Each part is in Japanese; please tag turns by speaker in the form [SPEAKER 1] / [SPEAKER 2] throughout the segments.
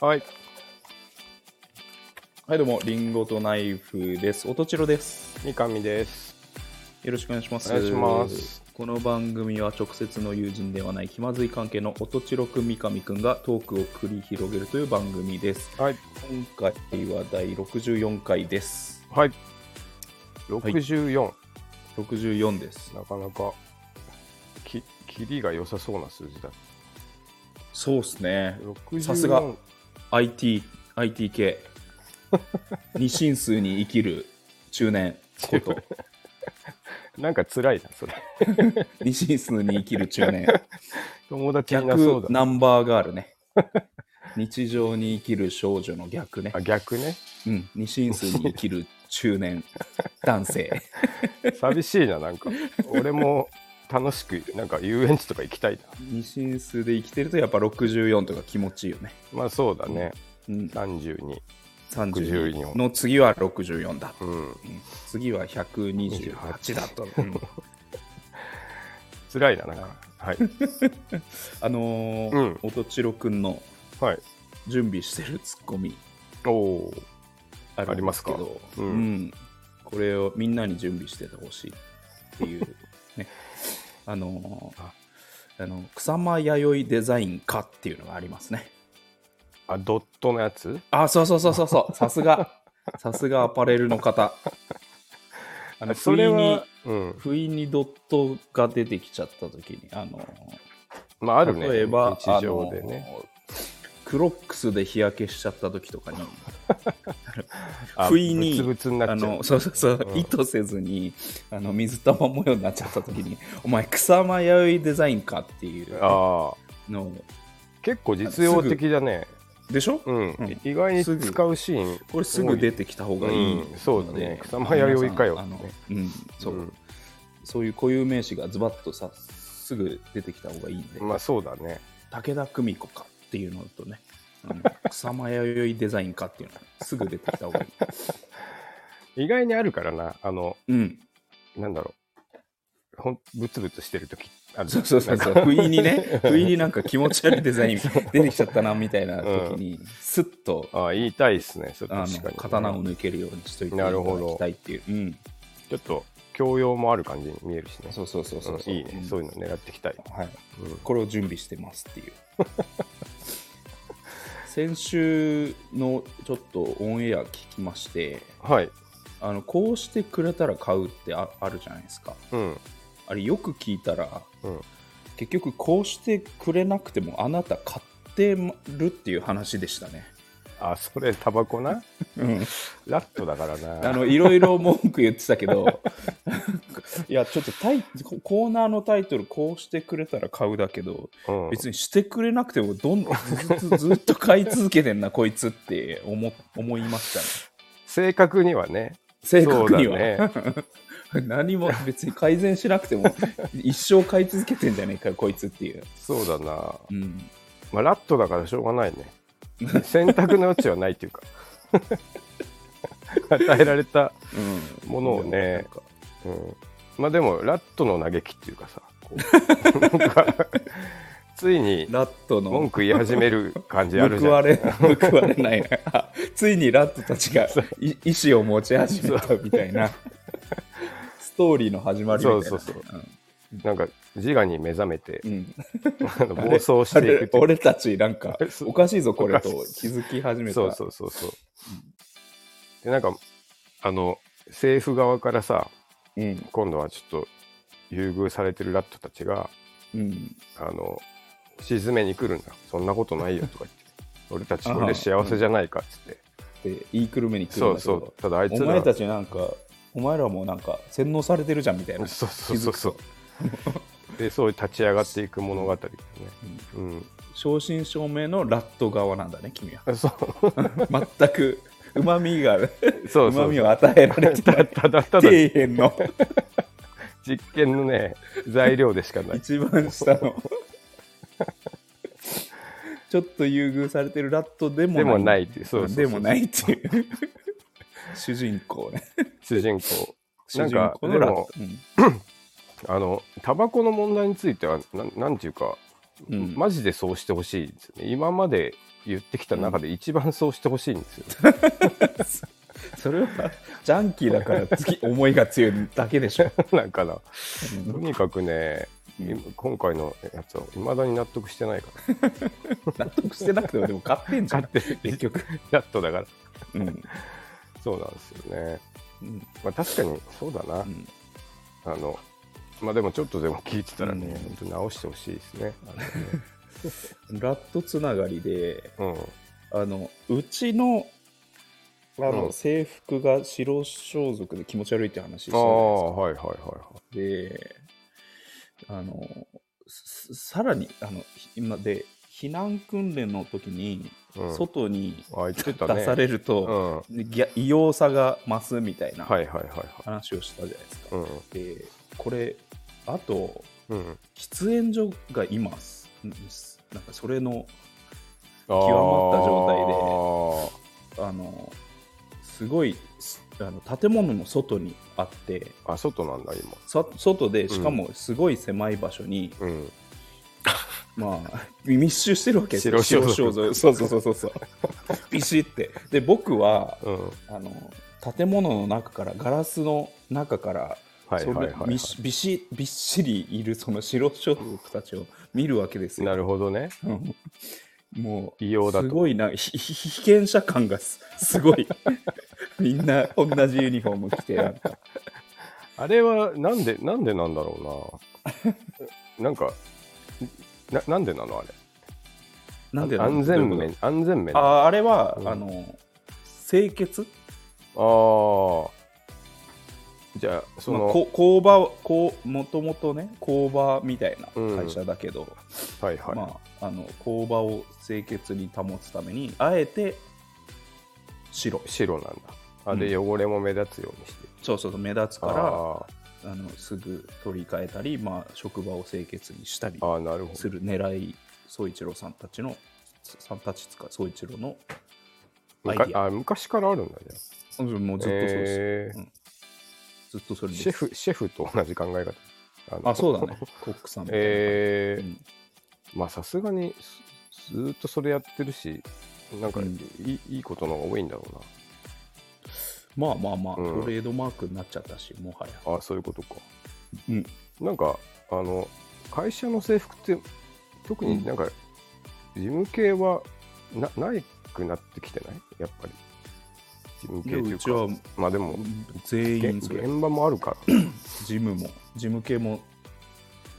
[SPEAKER 1] はい。はい、どうも、リンゴとナイフです。おとちろです。
[SPEAKER 2] 三上です。
[SPEAKER 1] よろしくお願いします。
[SPEAKER 2] お願いします。
[SPEAKER 1] この番組は直接の友人ではない気まずい関係のおとちろくん、三上くんがトークを繰り広げるという番組です。
[SPEAKER 2] はい。
[SPEAKER 1] 今回は第64回です。
[SPEAKER 2] はい。六十四。
[SPEAKER 1] 64です。
[SPEAKER 2] なかなか。き、切りが良さそうな数字だ。
[SPEAKER 1] そうっすね。
[SPEAKER 2] 六
[SPEAKER 1] さすが IT、IT 系。 二進数に生きる中年こと。
[SPEAKER 2] なんか辛いな、それ。
[SPEAKER 1] 二進数に生きる中 年。
[SPEAKER 2] 友達いなそう
[SPEAKER 1] 逆
[SPEAKER 2] だ。
[SPEAKER 1] ナンバーガールね。日常に生きる少女の逆ね
[SPEAKER 2] あ、。逆ね。
[SPEAKER 1] うん。二進数に生きる 中年男性。
[SPEAKER 2] 寂しいな、 なんか。俺も楽しく、なんか遊園地とか行きたいな。
[SPEAKER 1] 二進数で生きてるとやっぱ64とか気持ちいいよね。
[SPEAKER 2] まあそうだね。
[SPEAKER 1] うん。
[SPEAKER 2] 三十に。
[SPEAKER 1] 32
[SPEAKER 2] 64
[SPEAKER 1] の次は64だ。
[SPEAKER 2] うん。
[SPEAKER 1] うん次は128だと。うん
[SPEAKER 2] 辛いな、なんか。 はい。
[SPEAKER 1] あの
[SPEAKER 2] う
[SPEAKER 1] ー
[SPEAKER 2] ん、
[SPEAKER 1] 音千代くんの
[SPEAKER 2] はい。
[SPEAKER 1] 準備してるツッコミ
[SPEAKER 2] おお。
[SPEAKER 1] あるんですけ
[SPEAKER 2] あり
[SPEAKER 1] ど、
[SPEAKER 2] かうん
[SPEAKER 1] うんこれをみんなに準備しててほしいっていうねあのー
[SPEAKER 2] あ
[SPEAKER 1] あの草間弥生デザインかっていうのがありますね
[SPEAKER 2] あ、ドットのやつ。
[SPEAKER 1] あそうそうそうそ うそうさすがさすがアパレルの方あの
[SPEAKER 2] そ
[SPEAKER 1] 不
[SPEAKER 2] れ
[SPEAKER 1] 意に
[SPEAKER 2] は。うん。
[SPEAKER 1] 不意にドットが出てきちゃった時にあのー
[SPEAKER 2] まああるね。
[SPEAKER 1] 例えば
[SPEAKER 2] 日常でね。
[SPEAKER 1] あのクロックスで日焼けしちゃった時とかに
[SPEAKER 2] あ
[SPEAKER 1] 不意に
[SPEAKER 2] ブツブツになっちゃ
[SPEAKER 1] あ
[SPEAKER 2] う
[SPEAKER 1] のそうそうそう、
[SPEAKER 2] うん
[SPEAKER 1] 意図せずにあの水玉模様になっちゃった時に「お前草間弥生デザインか」っていう
[SPEAKER 2] ああ
[SPEAKER 1] のを
[SPEAKER 2] 結構実用的だね
[SPEAKER 1] でしょ、
[SPEAKER 2] うん、
[SPEAKER 1] うん
[SPEAKER 2] 意外に
[SPEAKER 1] すぐ
[SPEAKER 2] 使うシーン
[SPEAKER 1] これすぐ出てきた方がいい、
[SPEAKER 2] うんそうだね草間弥生かよ
[SPEAKER 1] あの、うんそう
[SPEAKER 2] うん
[SPEAKER 1] そういう固有名詞がズバッとさすぐ出てきた方がいいんで、
[SPEAKER 2] まあそうだね
[SPEAKER 1] 武田久美子かっていうのとね、 うん、草間弥生デザインかっていうのはすぐ出てきた方がいい。
[SPEAKER 2] 意外にあるからなあの
[SPEAKER 1] うん、
[SPEAKER 2] なんだろうほんブツブツしてる時ある
[SPEAKER 1] そうそうそうそう
[SPEAKER 2] なんか
[SPEAKER 1] 不意 にね不意になんか気持ち悪いデザイン出てきちゃったなみたいな時に、スッと
[SPEAKER 2] ああ言いたいですねそれ
[SPEAKER 1] あ
[SPEAKER 2] 確か
[SPEAKER 1] の
[SPEAKER 2] に
[SPEAKER 1] 刀を抜けるようにしといてい
[SPEAKER 2] な
[SPEAKER 1] た
[SPEAKER 2] る
[SPEAKER 1] だ
[SPEAKER 2] ほど
[SPEAKER 1] きたいっていう、うん、
[SPEAKER 2] ちょっと教養もある感じに見えるしね
[SPEAKER 1] そうそうそうそうそう、
[SPEAKER 2] んいいね、
[SPEAKER 1] ん
[SPEAKER 2] そういうの狙っていきたい、
[SPEAKER 1] はい、
[SPEAKER 2] うん
[SPEAKER 1] これを準備してますっていう 先週のちょっとオンエア聞きまして
[SPEAKER 2] はい
[SPEAKER 1] あのこうしてくれたら買うってああるじゃないですか
[SPEAKER 2] うん
[SPEAKER 1] あれよく聞いたら
[SPEAKER 2] うん
[SPEAKER 1] 結局こうしてくれなくてもあなた買ってるっていう話でしたね。
[SPEAKER 2] あそれタバコな
[SPEAKER 1] うん、
[SPEAKER 2] ラットだからな
[SPEAKER 1] あのいろいろ文句言ってたけど いやちょっとタイコーナーのタイトルこうしてくれたら買うだけど
[SPEAKER 2] うん
[SPEAKER 1] 別にしてくれなくてもどんどん ずっとずっと買い続けてんなこいつって思思いましたね
[SPEAKER 2] 正確にはね
[SPEAKER 1] 正確には、
[SPEAKER 2] そう
[SPEAKER 1] 何も別に改善しなくても一生買い続けてんじゃねえかよこいつっていう、
[SPEAKER 2] そうだな
[SPEAKER 1] うん、
[SPEAKER 2] まあ、ラットだからしょうがないね。選択の余地はないというか。 与えられた、
[SPEAKER 1] うん
[SPEAKER 2] ものをね
[SPEAKER 1] なんか
[SPEAKER 2] うん、まあでも、ラットの嘆きっていうかさ、こうなんかついに
[SPEAKER 1] ラットの
[SPEAKER 2] 文句言い始める感じあるじ
[SPEAKER 1] 報
[SPEAKER 2] ゃ
[SPEAKER 1] わ
[SPEAKER 2] ん。
[SPEAKER 1] れ報われないあついにラットたちがい意志を持ち始めたみたいなストーリーの始まりみたいな
[SPEAKER 2] そうそうなんか自我に目覚めて
[SPEAKER 1] う、ん
[SPEAKER 2] あの
[SPEAKER 1] あ
[SPEAKER 2] 暴
[SPEAKER 1] れ
[SPEAKER 2] 走していくってい
[SPEAKER 1] あれ
[SPEAKER 2] う
[SPEAKER 1] 俺たちなんか
[SPEAKER 2] そう
[SPEAKER 1] おかしいぞこれと気づき始めた
[SPEAKER 2] そうそうそうそう。で、なんか、あの、政府側からさ、
[SPEAKER 1] うん
[SPEAKER 2] 今度はちょっと優遇されてるラットたちが、
[SPEAKER 1] うん
[SPEAKER 2] あの沈めに来るんだそんなことない よとか言って俺たち
[SPEAKER 1] あ
[SPEAKER 2] こ
[SPEAKER 1] は
[SPEAKER 2] れで幸せじゃないかっつって、
[SPEAKER 1] で言いくるめに来る
[SPEAKER 2] そ
[SPEAKER 1] ん
[SPEAKER 2] う
[SPEAKER 1] だけ
[SPEAKER 2] そ
[SPEAKER 1] ど
[SPEAKER 2] うただあいつ
[SPEAKER 1] お
[SPEAKER 2] ら
[SPEAKER 1] 前たちなんかお前らもなんか洗脳されてるじゃんみたいな
[SPEAKER 2] そうそうそうそうでそういう立ち上がっていく物語だよねうん、
[SPEAKER 1] 正真正銘のラット側なんだね君は
[SPEAKER 2] そう
[SPEAKER 1] 全くうまみが
[SPEAKER 2] そううそ
[SPEAKER 1] ま
[SPEAKER 2] う
[SPEAKER 1] みを与えられてな
[SPEAKER 2] た
[SPEAKER 1] い
[SPEAKER 2] ただただ
[SPEAKER 1] 底辺の
[SPEAKER 2] 実験のね材料でしかない
[SPEAKER 1] 一番下のちょっと優遇されてるラットでも
[SPEAKER 2] でもないっていうそうそうそう
[SPEAKER 1] でもないっていう主人公ね
[SPEAKER 2] 主人公な
[SPEAKER 1] 主
[SPEAKER 2] ん
[SPEAKER 1] 人
[SPEAKER 2] か
[SPEAKER 1] 公のラット、うん
[SPEAKER 2] あのタバコの問題についてはなんなんていうか
[SPEAKER 1] うん
[SPEAKER 2] マジでそうしてほしいんですよね。今まで言ってきた中で一番そうしてほしいんですよ、ね
[SPEAKER 1] それは ジャンキーだから次思いが強いだけでしょ、
[SPEAKER 2] なんかな。とにかくね、今今回のやつはいまだに納得してないから。
[SPEAKER 1] 納得してなくてもでも買ってんじゃん結局、
[SPEAKER 2] やっとだから。
[SPEAKER 1] うん
[SPEAKER 2] そうなんですよね。
[SPEAKER 1] うん
[SPEAKER 2] まあ確かにそうだな。
[SPEAKER 1] ん
[SPEAKER 2] あの、まあでもちょっとでも聞いてたらね、
[SPEAKER 1] うん
[SPEAKER 2] 本当直してほしいです ね。あ
[SPEAKER 1] ラットつながりで
[SPEAKER 2] のね
[SPEAKER 1] あのうちのあの、
[SPEAKER 2] うん
[SPEAKER 1] 制服が白装束で気持ち悪いって話し
[SPEAKER 2] うん。あ
[SPEAKER 1] たじ
[SPEAKER 2] あ、
[SPEAKER 1] ゃな
[SPEAKER 2] はいはいはい
[SPEAKER 1] ですかであのすさらにあのひ今で避難訓練の時に、
[SPEAKER 2] いはい。うん、
[SPEAKER 1] 外に
[SPEAKER 2] あ言ってたね。
[SPEAKER 1] 出される
[SPEAKER 2] うん。
[SPEAKER 1] と、
[SPEAKER 2] はい
[SPEAKER 1] ぎゃ異様さが増すみたいな
[SPEAKER 2] はいはいはい。
[SPEAKER 1] 話をしたじゃないですか、
[SPEAKER 2] うん。
[SPEAKER 1] でこれあと
[SPEAKER 2] うん。
[SPEAKER 1] 喫煙所が今すすなんかそれの
[SPEAKER 2] 極
[SPEAKER 1] まった状あのすごいすあの建物の外にあって
[SPEAKER 2] あ、外なんだ、今。
[SPEAKER 1] さ外でしかもすごい狭い場所に、
[SPEAKER 2] うん。
[SPEAKER 1] まあ密集してるわけですよ
[SPEAKER 2] 白装
[SPEAKER 1] 白
[SPEAKER 2] 束
[SPEAKER 1] 装束そうそうそうそうそうビシってで僕は
[SPEAKER 2] うん。
[SPEAKER 1] あの建物の中からガラスの中から
[SPEAKER 2] はい
[SPEAKER 1] そ
[SPEAKER 2] はいはい、
[SPEAKER 1] れ
[SPEAKER 2] は
[SPEAKER 1] びしびしびっしりいるその白装束たちを見るわけです
[SPEAKER 2] い。
[SPEAKER 1] よ
[SPEAKER 2] なるほどね。
[SPEAKER 1] うんもう
[SPEAKER 2] 異様だと
[SPEAKER 1] すごいなひひ被験者感がす すごいみんな同じユニフォーム着てなんか
[SPEAKER 2] あれは、なんで、なんでなんだろうな。 なんか、ななんでなのあれ。
[SPEAKER 1] なんで
[SPEAKER 2] 安全
[SPEAKER 1] どういう
[SPEAKER 2] 面、安全
[SPEAKER 1] こ
[SPEAKER 2] 面。
[SPEAKER 1] と
[SPEAKER 2] あ
[SPEAKER 1] ああれは、
[SPEAKER 2] うん
[SPEAKER 1] あの清潔
[SPEAKER 2] あー。じゃあ、そ
[SPEAKER 1] ま
[SPEAKER 2] の、
[SPEAKER 1] あこ工場こうもともとね工場みたいな会社だけど、
[SPEAKER 2] はいはい。
[SPEAKER 1] まあ、あの工場を清潔に保つためにあえて白
[SPEAKER 2] 白なんだ。あれ、汚れも目立つようにして。
[SPEAKER 1] そうそうそう目立つから
[SPEAKER 2] あ
[SPEAKER 1] あのすぐ取り替えたり、まあ、職場を清潔にしたり
[SPEAKER 2] ーあー、なるほ
[SPEAKER 1] する狙い宗一郎さんたちのさんたちつか宗一郎の
[SPEAKER 2] ど。
[SPEAKER 1] アイディア
[SPEAKER 2] あ昔からあるんだね。
[SPEAKER 1] うんもうずっとそうです、
[SPEAKER 2] えー
[SPEAKER 1] うんずっとそれです
[SPEAKER 2] シェフ、シェフと同じ考え方。の
[SPEAKER 1] あそう だねコックさんみたいな、
[SPEAKER 2] えー
[SPEAKER 1] うん
[SPEAKER 2] まあさすがにずずーっとそれやってるし、なんかい
[SPEAKER 1] うん
[SPEAKER 2] い,、いいことの方が多いんだろ
[SPEAKER 1] まあまあまあ、
[SPEAKER 2] うん
[SPEAKER 1] トレードマークになっちゃったしもはや
[SPEAKER 2] うな。あそういうことか。
[SPEAKER 1] うん
[SPEAKER 2] なんか、あの、会社の制服って、特になんか、事務系はなないくなってきてないやっぱり。事務系と
[SPEAKER 1] いや
[SPEAKER 2] いうう
[SPEAKER 1] ち
[SPEAKER 2] か
[SPEAKER 1] は、
[SPEAKER 2] まあでも、
[SPEAKER 1] 全
[SPEAKER 2] げ
[SPEAKER 1] 員
[SPEAKER 2] 現
[SPEAKER 1] それ
[SPEAKER 2] 場もあるから。
[SPEAKER 1] ジムもジム系も、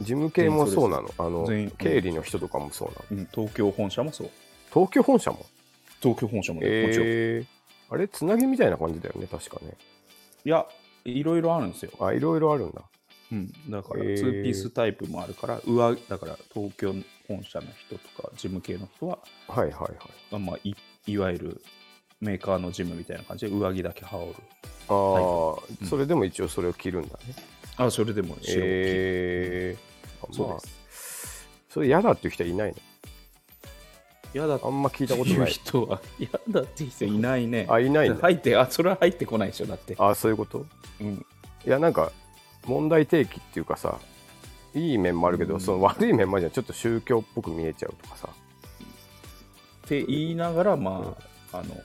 [SPEAKER 2] 事務系もそうなの。あの
[SPEAKER 1] 全員、
[SPEAKER 2] 経理の人とかもそうなの。
[SPEAKER 1] うん東京本社もそう
[SPEAKER 2] 東京本社も。
[SPEAKER 1] 東京本社もね、もちろんい
[SPEAKER 2] えー、あれ、つなぎみたいな感じだよね、確かね。
[SPEAKER 1] やいろいろあるんですよ、
[SPEAKER 2] あ、いろいろあるんだ。
[SPEAKER 1] うん、だから
[SPEAKER 2] へー
[SPEAKER 1] 2ピースタイプもあるから、上だから東京本社の人とかジム系の人は
[SPEAKER 2] はいはいはい。
[SPEAKER 1] まあまあ、いいわゆるメーカーのジムみたいな感じで上着だけ羽織る
[SPEAKER 2] ああ、
[SPEAKER 1] うん
[SPEAKER 2] それでも一応それを着るんだね。
[SPEAKER 1] あそれでも白、
[SPEAKER 2] えー、
[SPEAKER 1] そう
[SPEAKER 2] まあ
[SPEAKER 1] で、す
[SPEAKER 2] それ嫌だっていう人はいないの
[SPEAKER 1] 嫌だって
[SPEAKER 2] あんま聞いたこと
[SPEAKER 1] いう
[SPEAKER 2] ない。
[SPEAKER 1] 人は嫌だっていう人いないね
[SPEAKER 2] あ、いないんだ。
[SPEAKER 1] 入ってあそれは入ってこないでしょだって
[SPEAKER 2] あそういうこと
[SPEAKER 1] うん
[SPEAKER 2] いや、なんか、問題提起っていうかさ、いい面もあるけど、
[SPEAKER 1] うん
[SPEAKER 2] その悪い面もあるじゃん。ちょっと宗教っぽく見えちゃうとかさ。
[SPEAKER 1] って言いながらまあ、あの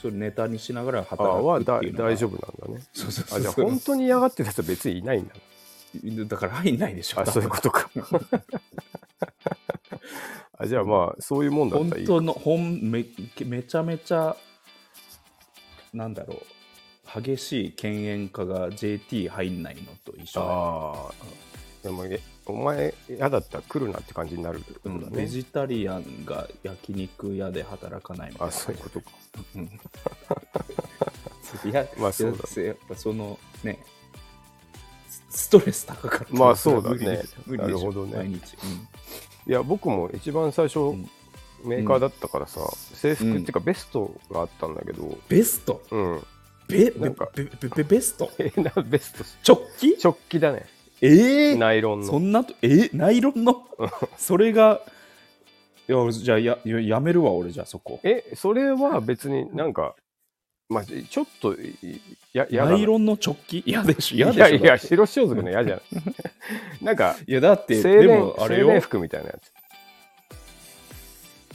[SPEAKER 1] それネタにしながら
[SPEAKER 2] あ
[SPEAKER 1] 働
[SPEAKER 2] は
[SPEAKER 1] くっ
[SPEAKER 2] だ
[SPEAKER 1] ていうの
[SPEAKER 2] 大丈
[SPEAKER 1] 夫
[SPEAKER 2] 夫なんだね。
[SPEAKER 1] そうそう そ
[SPEAKER 2] あ
[SPEAKER 1] う
[SPEAKER 2] じゃあ本当に嫌がってるやつは別にいないんだ。
[SPEAKER 1] だから入んないでしょ
[SPEAKER 2] あそういうこと か。あじゃあまあそういうもんだっ
[SPEAKER 1] 本
[SPEAKER 2] たらいい。
[SPEAKER 1] 当の本めめちゃめちゃなんだろう激しい犬猿家が JT 入んないのと一緒だよ
[SPEAKER 2] ああ。でもえお前嫌だったら来るなって感じになるってこと
[SPEAKER 1] う
[SPEAKER 2] だ
[SPEAKER 1] んベ
[SPEAKER 2] ね。
[SPEAKER 1] ジタリアンが焼肉屋で働かないみたい
[SPEAKER 2] あ
[SPEAKER 1] な
[SPEAKER 2] そういうことか。
[SPEAKER 1] いや、
[SPEAKER 2] まあそうだ
[SPEAKER 1] やっぱそのねスストレス高かった
[SPEAKER 2] まあそうだね
[SPEAKER 1] 無理です無理でしょ
[SPEAKER 2] なるほどね
[SPEAKER 1] 毎日、
[SPEAKER 2] いや僕も一番最初、
[SPEAKER 1] ん
[SPEAKER 2] メーカーだったからさ制服っていうかベストがあったんだけど、
[SPEAKER 1] ベスト
[SPEAKER 2] うん、
[SPEAKER 1] ベ
[SPEAKER 2] なんか
[SPEAKER 1] ベベベベスト
[SPEAKER 2] えなベスト
[SPEAKER 1] 直帰
[SPEAKER 2] 食器だね。
[SPEAKER 1] ええ
[SPEAKER 2] ナイロン
[SPEAKER 1] そ
[SPEAKER 2] の。
[SPEAKER 1] んなとえナイロンのそれがいや俺じゃあやややめるわ俺じゃあそこ
[SPEAKER 2] えそれは別になんかまあ、ちちょっといいややだ
[SPEAKER 1] ナ
[SPEAKER 2] な
[SPEAKER 1] イロンの直帰嫌でしょ
[SPEAKER 2] い
[SPEAKER 1] 嫌でしょ
[SPEAKER 2] やい
[SPEAKER 1] だ
[SPEAKER 2] や
[SPEAKER 1] って
[SPEAKER 2] 白装束の嫌 じゃないなんか
[SPEAKER 1] いやだって
[SPEAKER 2] 静
[SPEAKER 1] で
[SPEAKER 2] 電
[SPEAKER 1] もあれ
[SPEAKER 2] 静電
[SPEAKER 1] よ
[SPEAKER 2] 服みたいなやつ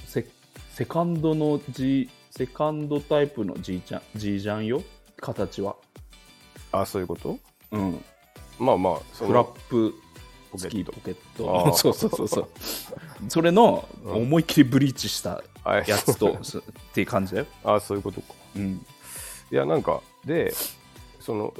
[SPEAKER 1] セセカンドの G セカンドタイプの G ちゃん G じゃんよ形は
[SPEAKER 2] あそういうこと
[SPEAKER 1] うん
[SPEAKER 2] まあまあそ
[SPEAKER 1] フラッ
[SPEAKER 2] の
[SPEAKER 1] プ
[SPEAKER 2] ポケッ
[SPEAKER 1] 付き
[SPEAKER 2] ト
[SPEAKER 1] ポケッ
[SPEAKER 2] あー
[SPEAKER 1] ト そうそうそうそうそれの
[SPEAKER 2] うん
[SPEAKER 1] 思いっきりブリーチした
[SPEAKER 2] あ
[SPEAKER 1] やつと すっていう感じだよ、
[SPEAKER 2] あそういうことか
[SPEAKER 1] うん、
[SPEAKER 2] いやなんかでその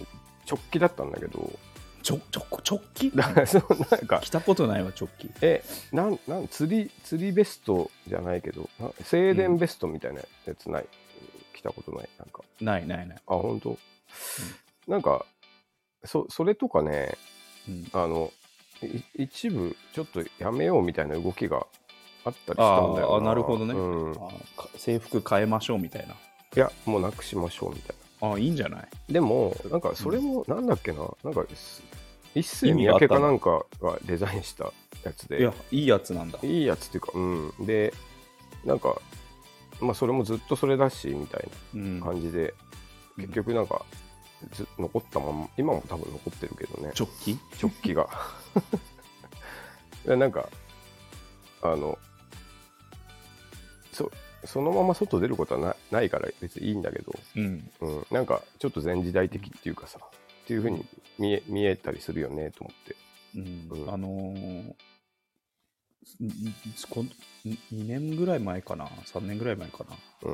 [SPEAKER 2] 直帰だったんだけど
[SPEAKER 1] ちょちょ直帰
[SPEAKER 2] だからそのなんか
[SPEAKER 1] 着たことないわ直帰
[SPEAKER 2] えなんなん釣り釣りベストじゃないけどな静電ベストみたいなやつない、着たことないなんか
[SPEAKER 1] ないないない、
[SPEAKER 2] あ本当、なんかそそれとかね
[SPEAKER 1] うん、
[SPEAKER 2] あのい一部ちょっとやめようみたいな動きがあったりしたんだよな
[SPEAKER 1] あーなるほどね
[SPEAKER 2] うん、い
[SPEAKER 1] あーか制服変えましょうみたいな
[SPEAKER 2] やもうなくしましょうみたい
[SPEAKER 1] ああいいんじゃない
[SPEAKER 2] なでもなんかそれもなんだっけな、なんかす一世
[SPEAKER 1] 意味
[SPEAKER 2] 三
[SPEAKER 1] があった
[SPEAKER 2] 宅
[SPEAKER 1] の
[SPEAKER 2] かなんかがデザインしたやつで
[SPEAKER 1] いやいいやつなんだ
[SPEAKER 2] いいやつっていうか、うん。で、なんか、まあ、それもずっとそれだし、みたい
[SPEAKER 1] うん
[SPEAKER 2] な感じで、
[SPEAKER 1] うん
[SPEAKER 2] 結局なんか、ず残ったまんま、今も多分残ってるけどね、
[SPEAKER 1] 直帰
[SPEAKER 2] 食器が。 でなんか、あの、そそのまま外出ることはなないから別にいいんだけど、
[SPEAKER 1] うん
[SPEAKER 2] うん、なんかちょっと前時代的っていうかさ、っていう風に見え見えたりするよねと思って。
[SPEAKER 1] うん
[SPEAKER 2] うん
[SPEAKER 1] あのーんんこ2年ぐらい前かな3年ぐらい前か
[SPEAKER 2] うん、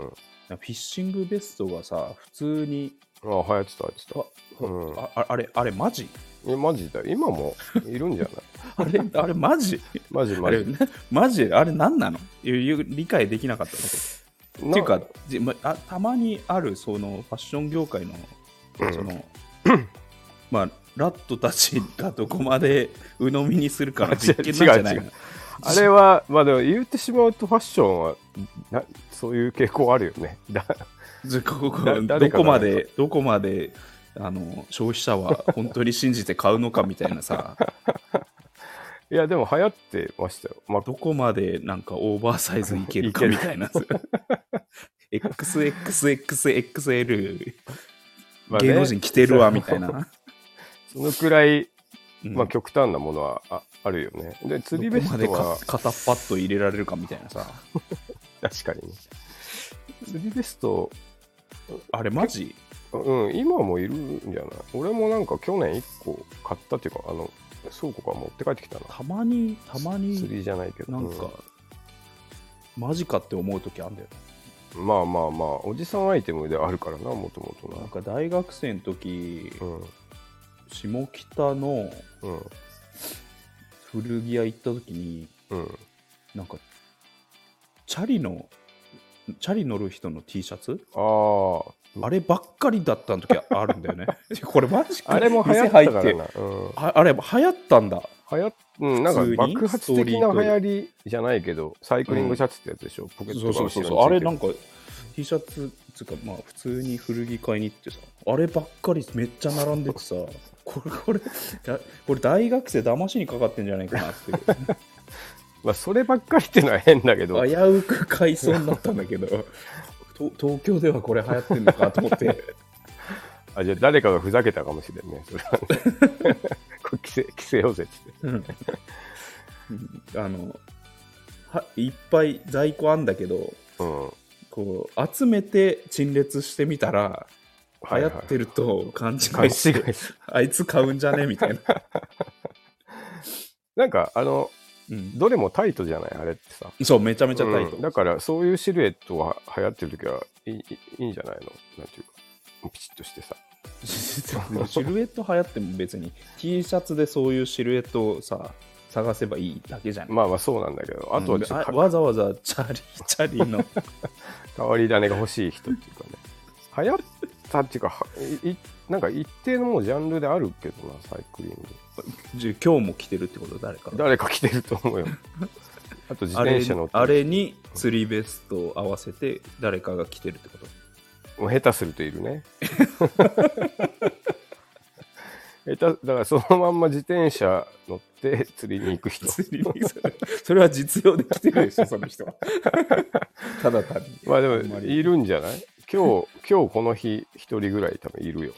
[SPEAKER 1] なフィッシングベストがさ普通に
[SPEAKER 2] ああ、流行ってた、流行ってた。
[SPEAKER 1] あ,あ、
[SPEAKER 2] うん
[SPEAKER 1] ああれあれマジ
[SPEAKER 2] え、マジだ。今もいるんじゃない
[SPEAKER 1] あれあれマジ
[SPEAKER 2] マジ
[SPEAKER 1] あ
[SPEAKER 2] マ
[SPEAKER 1] れ
[SPEAKER 2] ジ。
[SPEAKER 1] なマジあれ何なのいういう理解できなかったんだけどっ
[SPEAKER 2] な
[SPEAKER 1] ていうか、じまあ、たまにあるそのファッション業界の
[SPEAKER 2] うん
[SPEAKER 1] その、まあ、ラットたちがどこまで鵜呑みにするかの実験なんじゃないの
[SPEAKER 2] 違う違あれは、まあでも言ってしまうとファッションは、なそういう傾向あるよね。 だ
[SPEAKER 1] ずここ
[SPEAKER 2] だ
[SPEAKER 1] ど
[SPEAKER 2] 誰か
[SPEAKER 1] こ
[SPEAKER 2] が
[SPEAKER 1] までどこまであの消費者 は本当に信じて買うのかみたいなさ
[SPEAKER 2] いや、でも流行ってましたよ。まあ、
[SPEAKER 1] どこまでなんかオーバーサイズいけるかみたいな XXXXL
[SPEAKER 2] まあね
[SPEAKER 1] 芸能人着てるわみたいな、
[SPEAKER 2] そのくらい、
[SPEAKER 1] うん
[SPEAKER 2] まあ、極端なものはああるよね。で、釣り
[SPEAKER 1] ど
[SPEAKER 2] ベ
[SPEAKER 1] こま
[SPEAKER 2] ス
[SPEAKER 1] で
[SPEAKER 2] ト
[SPEAKER 1] か
[SPEAKER 2] は、
[SPEAKER 1] 片っパッと入れられるかみたいなさ
[SPEAKER 2] 確かにね。釣りベスト、
[SPEAKER 1] あれマジ
[SPEAKER 2] うん、今もいるんじゃない俺もなんか去年1個買ったっていうか、あの、倉庫から持って帰ってきたな。
[SPEAKER 1] たまにたま
[SPEAKER 2] 釣
[SPEAKER 1] に
[SPEAKER 2] りじゃないけど。
[SPEAKER 1] なん
[SPEAKER 2] う
[SPEAKER 1] か、マジかって思う時あんだよ
[SPEAKER 2] まあまあまあ、おじさんアイテムであるからな、もともと
[SPEAKER 1] なん
[SPEAKER 2] な。
[SPEAKER 1] か大学生の時
[SPEAKER 2] うん。
[SPEAKER 1] 下北の
[SPEAKER 2] うん。
[SPEAKER 1] 古着屋行った時に
[SPEAKER 2] うん。
[SPEAKER 1] なんかチャリのチャリ乗る人の T シャツ
[SPEAKER 2] ああ。
[SPEAKER 1] あればっかりだった時あるんだよね これマジか
[SPEAKER 2] あれも流行ったからな。うん
[SPEAKER 1] ああれ流行ったんだ
[SPEAKER 2] 流行っうん、なんか
[SPEAKER 1] 普通に
[SPEAKER 2] 爆発的な流行りじゃないけど、サイクリングシャツってやつでしょ、ポケッ
[SPEAKER 1] そ
[SPEAKER 2] ト
[SPEAKER 1] う
[SPEAKER 2] が後ろについ
[SPEAKER 1] そうそう
[SPEAKER 2] て
[SPEAKER 1] そうあれなんんか T シャツつうかまあ普通に古着買いに行ってさあればっかりめっちゃ並んでてさ これこれだこれ大学生騙しにかかってんじゃないかな っていう
[SPEAKER 2] まあ、そればっかりっていうのは変だけど、
[SPEAKER 1] 危うく買いそうになったんだけど と東京ではこれ流行ってんのかと思って
[SPEAKER 2] あじゃあ誰かがふざけたかもしれんね。それはね これ規制規制をぜって。
[SPEAKER 1] うん あのはいっぱい在庫あんだけど
[SPEAKER 2] うん。
[SPEAKER 1] こう集めて陳列してみたら流行ってると勘違い
[SPEAKER 2] はいはい
[SPEAKER 1] して、
[SPEAKER 2] 勘違いする
[SPEAKER 1] あいつ買うんじゃねみ たいな、
[SPEAKER 2] なんか、あの、
[SPEAKER 1] うん、
[SPEAKER 2] どれもタイトじゃない、あれってさ。
[SPEAKER 1] そうめちゃめちゃタイト、
[SPEAKER 2] うんだから、そういうシルエットは流行ってる時はいいいいんじゃないのなんていうか、ピチッとしてさ。
[SPEAKER 1] シルエット流行っても別に T シャツでそういうシルエットをさ探せばいいだけじゃない、
[SPEAKER 2] まあまあ、そうなんだけど、あとは
[SPEAKER 1] うん
[SPEAKER 2] ちょっとか
[SPEAKER 1] わざわざチャ リチャリの
[SPEAKER 2] 変わり種が欲しい人っていうかね流行ったっていうかはいいなんか一定のもうジャンルであるけどなサイクリング
[SPEAKER 1] じゃあ今日も着てるってこと誰か
[SPEAKER 2] 誰か着てると思 うよあと自
[SPEAKER 1] あれ
[SPEAKER 2] 転車乗ってる
[SPEAKER 1] あれに釣りベストを合わせて誰かが着てるってこと
[SPEAKER 2] もう下手するといるね 下手だからそのまんま自転車乗って釣りに行く人
[SPEAKER 1] 釣りにそれは実用で着てるでしょその人は ただ単に
[SPEAKER 2] まあで
[SPEAKER 1] あんま
[SPEAKER 2] も
[SPEAKER 1] り
[SPEAKER 2] いるんじゃない今日、今日この日、一人ぐらい多分いるよ。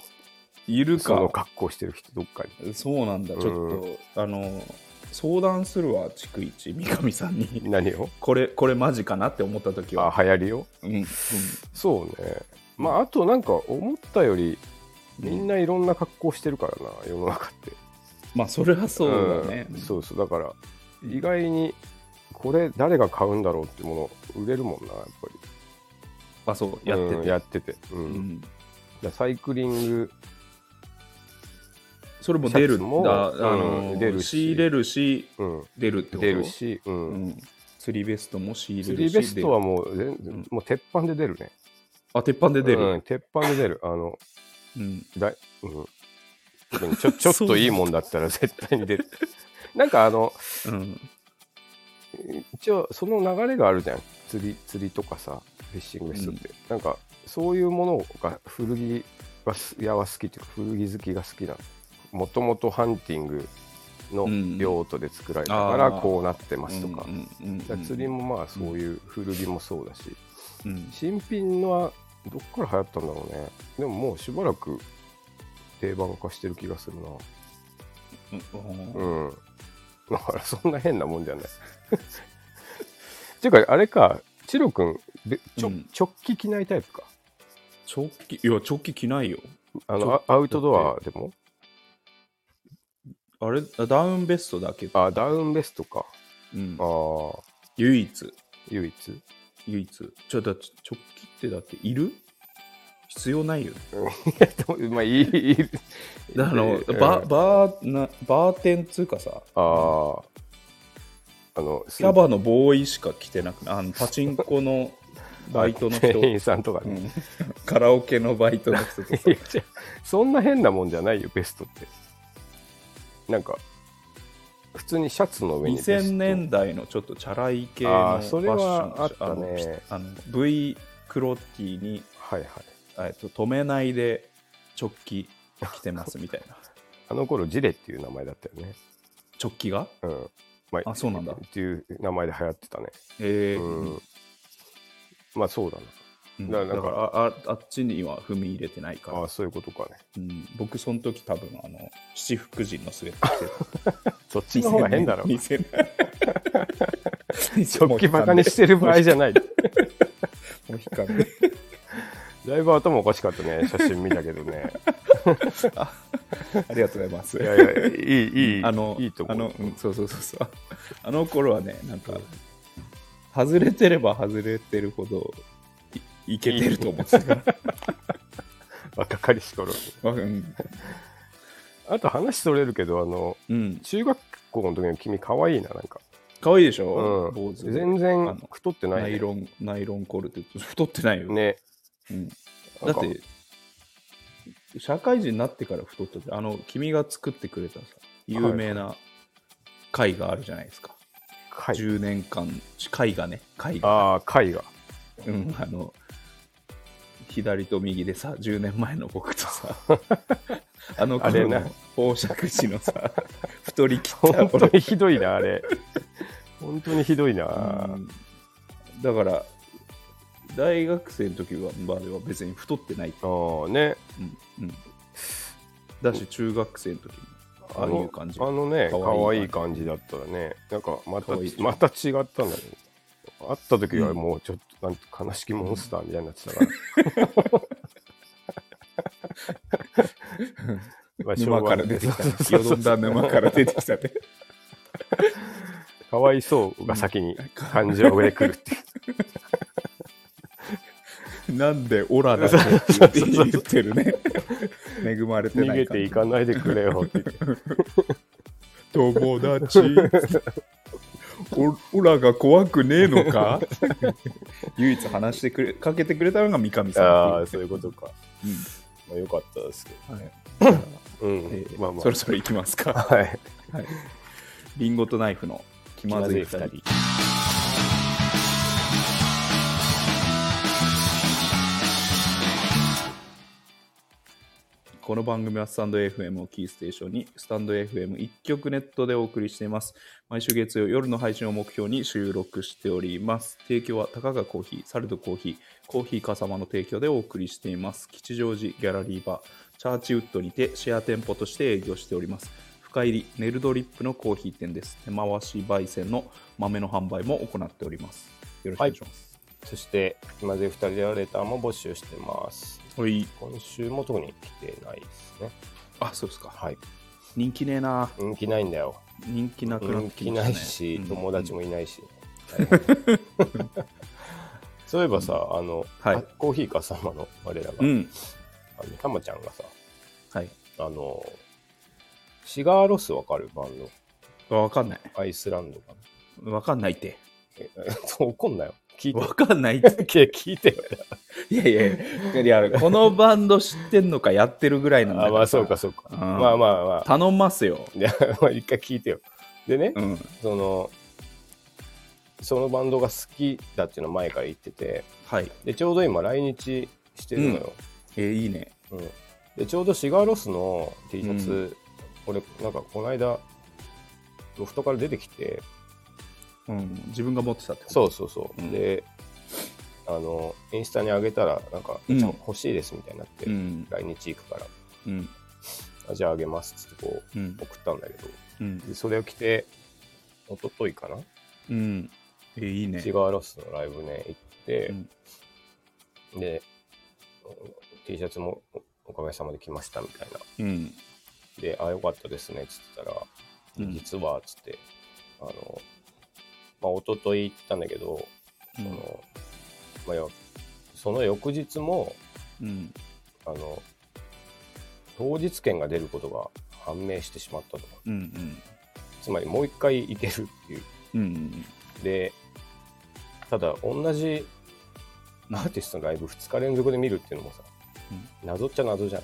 [SPEAKER 1] いる
[SPEAKER 2] そ
[SPEAKER 1] か
[SPEAKER 2] の格好してる人、どっかに。
[SPEAKER 1] そうなんだちょっと、あの相談するわ逐一三上さんに
[SPEAKER 2] 何を
[SPEAKER 1] これこれマジかなって思った時は
[SPEAKER 2] あ、流行りを
[SPEAKER 1] うんうん
[SPEAKER 2] そうね。まあ、あとなんか思ったより、みんないろんな格好してるからな、世の中って。
[SPEAKER 1] まあそれはそうだね、
[SPEAKER 2] んそうそう。だから、意外に、これ誰が買うんだろうってもの、売れるもんな、やっぱり。
[SPEAKER 1] あそうやって
[SPEAKER 2] うん
[SPEAKER 1] て、
[SPEAKER 2] やってて。う。
[SPEAKER 1] うんん
[SPEAKER 2] だからサイクリング、
[SPEAKER 1] それも出る
[SPEAKER 2] シャツ
[SPEAKER 1] ん
[SPEAKER 2] も
[SPEAKER 1] だ、あ
[SPEAKER 2] う
[SPEAKER 1] の
[SPEAKER 2] ん出るし
[SPEAKER 1] 仕入れるし
[SPEAKER 2] うん、
[SPEAKER 1] 出るってこと
[SPEAKER 2] 出るし、う。
[SPEAKER 1] うんん、釣りベストも仕入
[SPEAKER 2] 釣
[SPEAKER 1] れる
[SPEAKER 2] り
[SPEAKER 1] し
[SPEAKER 2] ベストはもう全
[SPEAKER 1] うん
[SPEAKER 2] もう鉄板で出るね。
[SPEAKER 1] あ鉄板で出る、
[SPEAKER 2] うん、鉄板で出る。あの、
[SPEAKER 1] うん
[SPEAKER 2] だいうん、特にち ょちょっといいもんだったら絶対に出る。なんかあの、
[SPEAKER 1] うん
[SPEAKER 2] 一応その流れがあるじゃん。釣り、釣りとかさ、フィッシングベストって。なんか、そういうものが古着がす屋は好きっていうか、古着好きが好きな。もともとハンティングの
[SPEAKER 1] うん
[SPEAKER 2] 用途で作られたから
[SPEAKER 1] あー
[SPEAKER 2] こうなってますとか。
[SPEAKER 1] うんうん
[SPEAKER 2] だから釣り
[SPEAKER 1] も、
[SPEAKER 2] もまあそういう古着もそうだし、
[SPEAKER 1] うん
[SPEAKER 2] 新品はどっから流行ったんだろうねでももうしばらく定番化してる気がするな
[SPEAKER 1] うん
[SPEAKER 2] うんだからそんな変なもんじゃない っていうかあれかチロ君でちょ、
[SPEAKER 1] うん
[SPEAKER 2] 直帰着ないタイプか
[SPEAKER 1] 直帰いや直帰着ないよ
[SPEAKER 2] あ
[SPEAKER 1] ち
[SPEAKER 2] の
[SPEAKER 1] ょ
[SPEAKER 2] あアウトドアでも
[SPEAKER 1] あれあダウンベストだけ
[SPEAKER 2] あダウンベストか
[SPEAKER 1] うん
[SPEAKER 2] あ、あ
[SPEAKER 1] 唯一
[SPEAKER 2] 唯一
[SPEAKER 1] 唯一ちょだって直帰ってだっている必要ないよ
[SPEAKER 2] いやでも まあいいいい
[SPEAKER 1] あの、
[SPEAKER 2] うん
[SPEAKER 1] ババーなバーテンっつうかさ
[SPEAKER 2] あーあのス
[SPEAKER 1] キャバのボーイしか着てなくないあのパチンコのバイトの人、
[SPEAKER 2] 店員さんとか
[SPEAKER 1] う
[SPEAKER 2] ね、
[SPEAKER 1] んカラオケのバイトの人とか
[SPEAKER 2] いや違うそんな変なもんじゃないよベストってなんか普通にシャツの 上にベスト
[SPEAKER 1] 2000年代のちょっとチャラい系の
[SPEAKER 2] あー
[SPEAKER 1] ファッショ
[SPEAKER 2] そ
[SPEAKER 1] ン
[SPEAKER 2] れはあった
[SPEAKER 1] のし
[SPEAKER 2] ね
[SPEAKER 1] あの V クロッティに、
[SPEAKER 2] はいはい
[SPEAKER 1] えっと、止めないで直帰着てますみた いな
[SPEAKER 2] あの頃ジレっていう名前だったよね
[SPEAKER 1] 直帰が
[SPEAKER 2] うんま
[SPEAKER 1] あそうなんだ
[SPEAKER 2] っていう名前で流行ってたね
[SPEAKER 1] えー
[SPEAKER 2] うん、まあそうだな
[SPEAKER 1] うん
[SPEAKER 2] だからな
[SPEAKER 1] だ
[SPEAKER 2] ん
[SPEAKER 1] か
[SPEAKER 2] から
[SPEAKER 1] あああっちには踏み入れてないから
[SPEAKER 2] ああそういうことかね
[SPEAKER 1] うん、僕その時多分あの七福神のスウェット着てた
[SPEAKER 2] そっちの方が変だろ
[SPEAKER 1] 2000年
[SPEAKER 2] 直帰バカにしてる場合じゃない
[SPEAKER 1] もう引かんで
[SPEAKER 2] だいぶ頭おかしかった ね写真見たけどね
[SPEAKER 1] ありがとうございます
[SPEAKER 2] いやいやいいいい
[SPEAKER 1] あの
[SPEAKER 2] いいと思
[SPEAKER 1] あ
[SPEAKER 2] う
[SPEAKER 1] の、うんそうそうそうそうあの頃はねなんか外れてれば外れてるほどいいけてると思ってたから
[SPEAKER 2] 若かりし頃
[SPEAKER 1] うん、
[SPEAKER 2] あと話それるけどあの
[SPEAKER 1] うん、
[SPEAKER 2] 中学校の時の君可愛いななんか、
[SPEAKER 1] かわいいでしょ、
[SPEAKER 2] う
[SPEAKER 1] 坊
[SPEAKER 2] ん、
[SPEAKER 1] 主で
[SPEAKER 2] 全
[SPEAKER 1] あ
[SPEAKER 2] 然
[SPEAKER 1] の
[SPEAKER 2] 太ってない
[SPEAKER 1] ナ
[SPEAKER 2] ね
[SPEAKER 1] イロンナイロンコールって 太ってないよ、
[SPEAKER 2] ね
[SPEAKER 1] うん、だ
[SPEAKER 2] なん
[SPEAKER 1] っ
[SPEAKER 2] か
[SPEAKER 1] て社会人になってから太ったってあの君が作ってくれたさ有名な絵があるじゃないですか、
[SPEAKER 2] 貝
[SPEAKER 1] 10年間絵画ね絵画
[SPEAKER 2] ああ貝 が
[SPEAKER 1] うん、あの左と右でさ10年前の僕と さあの
[SPEAKER 2] あれ
[SPEAKER 1] 頃
[SPEAKER 2] な
[SPEAKER 1] の宝釈寺の さ太り切った
[SPEAKER 2] 本当
[SPEAKER 1] 俺
[SPEAKER 2] にひどいなあれ本当にひどいな、
[SPEAKER 1] うんだから大学生の時はまでは別に太ってない、
[SPEAKER 2] ああね
[SPEAKER 1] うんうん、だし中学生の時もああいう感じ
[SPEAKER 2] あのね
[SPEAKER 1] 可
[SPEAKER 2] 可
[SPEAKER 1] 愛
[SPEAKER 2] 愛
[SPEAKER 1] い
[SPEAKER 2] い感じだったらねなんかまた
[SPEAKER 1] 可愛い
[SPEAKER 2] また違ったんだね会った時はもうちょっとなんて悲しきモンスターみたいになってたから、 まあ昭和
[SPEAKER 1] 沼から出てきたね
[SPEAKER 2] そうそう
[SPEAKER 1] よ
[SPEAKER 2] そ
[SPEAKER 1] ど
[SPEAKER 2] うん
[SPEAKER 1] だ沼から出てきた ね
[SPEAKER 2] かわいそうが先に感情上来るっていう
[SPEAKER 1] なんでオラだけって言ってるね恵まれてな
[SPEAKER 2] 逃
[SPEAKER 1] い感
[SPEAKER 2] げ
[SPEAKER 1] じ
[SPEAKER 2] ていかないでくれよって言って
[SPEAKER 1] 友達おオラが怖くねえのか 唯一話してくれかけてくれたのが三上
[SPEAKER 2] あ
[SPEAKER 1] さん
[SPEAKER 2] あ
[SPEAKER 1] って
[SPEAKER 2] そ
[SPEAKER 1] いうう
[SPEAKER 2] いうことか、まあ、よかったですけ
[SPEAKER 1] うんはい
[SPEAKER 2] ど、うん
[SPEAKER 1] えー
[SPEAKER 2] まあまあ
[SPEAKER 1] そろそろ行きますか
[SPEAKER 2] はい
[SPEAKER 1] はいリンゴとナイフの気まずい2人
[SPEAKER 2] 気まず
[SPEAKER 1] この番組はスタンド FM をキーステーションにスタンド FM1 曲ネットでお送りしています毎週月曜夜の配信を目標に収録しております提供は高がコーヒーサルドコーヒーコーヒーかさまの提供でお送りしています吉祥寺ギャラリーバーチャーチウッドにてシェア店舗として営業しております深入りネルドリップのコーヒー店です手回し焙煎の豆の販売も行っておりますよろしくお願いします、
[SPEAKER 2] そして、今で2人でやるレターも募集してます。
[SPEAKER 1] はい、
[SPEAKER 2] 今週も特に来てないですね。
[SPEAKER 1] あそうですか
[SPEAKER 2] はい。
[SPEAKER 1] 人気ねえな
[SPEAKER 2] 人気ないんだよ。
[SPEAKER 1] 人気なくなっ
[SPEAKER 2] 人
[SPEAKER 1] て
[SPEAKER 2] 気
[SPEAKER 1] きたね
[SPEAKER 2] ないし、
[SPEAKER 1] うん
[SPEAKER 2] 友達もいない し。大変そういえばさ、あの、
[SPEAKER 1] はい
[SPEAKER 2] あコーヒーか様の我らが、
[SPEAKER 1] うん
[SPEAKER 2] あのたまちゃんがさ、
[SPEAKER 1] はい
[SPEAKER 2] あの、シガーロスわかるバンド。
[SPEAKER 1] あわかんない
[SPEAKER 2] アイスランドかな
[SPEAKER 1] わかんない って
[SPEAKER 2] え。そう怒んなよ。聞い
[SPEAKER 1] わかんないって
[SPEAKER 2] て。聞いてよ。
[SPEAKER 1] いやいやいやいやこのバンド知ってんのかやってるぐらいなんだ
[SPEAKER 2] あ、
[SPEAKER 1] から
[SPEAKER 2] まあそうかそうか。
[SPEAKER 1] うん
[SPEAKER 2] まあまあまあ。
[SPEAKER 1] 頼ますよ
[SPEAKER 2] いや、まあ一回聞いてよ。でね、
[SPEAKER 1] うん
[SPEAKER 2] そのそのバンドが好きだっていうのは前から言ってて
[SPEAKER 1] はい
[SPEAKER 2] でちょうど今来日してるのよ、
[SPEAKER 1] えーいいね
[SPEAKER 2] うんでちょうどシガーロスの T シャ
[SPEAKER 1] う
[SPEAKER 2] ツ、俺なんかこの間ロフトから出てきて
[SPEAKER 1] うん自分が持ってたってこと
[SPEAKER 2] そうそうそう、
[SPEAKER 1] うん
[SPEAKER 2] であのインスタに上げたらなんか、
[SPEAKER 1] うん
[SPEAKER 2] じゃあ欲しいですみたいになって、
[SPEAKER 1] うん
[SPEAKER 2] 来日行くから
[SPEAKER 1] うん
[SPEAKER 2] あじゃああげますっつってこ
[SPEAKER 1] うん
[SPEAKER 2] う送ったんだけど
[SPEAKER 1] うん
[SPEAKER 2] でそれを着て一昨日かな
[SPEAKER 1] うんえーいいね
[SPEAKER 2] シガーロスのライブね行って、
[SPEAKER 1] うん
[SPEAKER 2] で、T シャツもおおかげさまで来ましたみたいな。
[SPEAKER 1] うん
[SPEAKER 2] で、あ、よかったですねっつってたら、
[SPEAKER 1] うん
[SPEAKER 2] 実はっつって、あの、まあ、一昨日行ったんだけど、
[SPEAKER 1] う
[SPEAKER 2] そ
[SPEAKER 1] ん
[SPEAKER 2] の、まあ、よその翌日も、
[SPEAKER 1] うん
[SPEAKER 2] あの、当日券が出ることが判明してしまったと。
[SPEAKER 1] うん
[SPEAKER 2] つまりもう一回行けるっていう。
[SPEAKER 1] うんうん
[SPEAKER 2] で、ただ同じアーティストのライブ2日連続で見るっていうのもさ、謎っちゃ謎じゃん。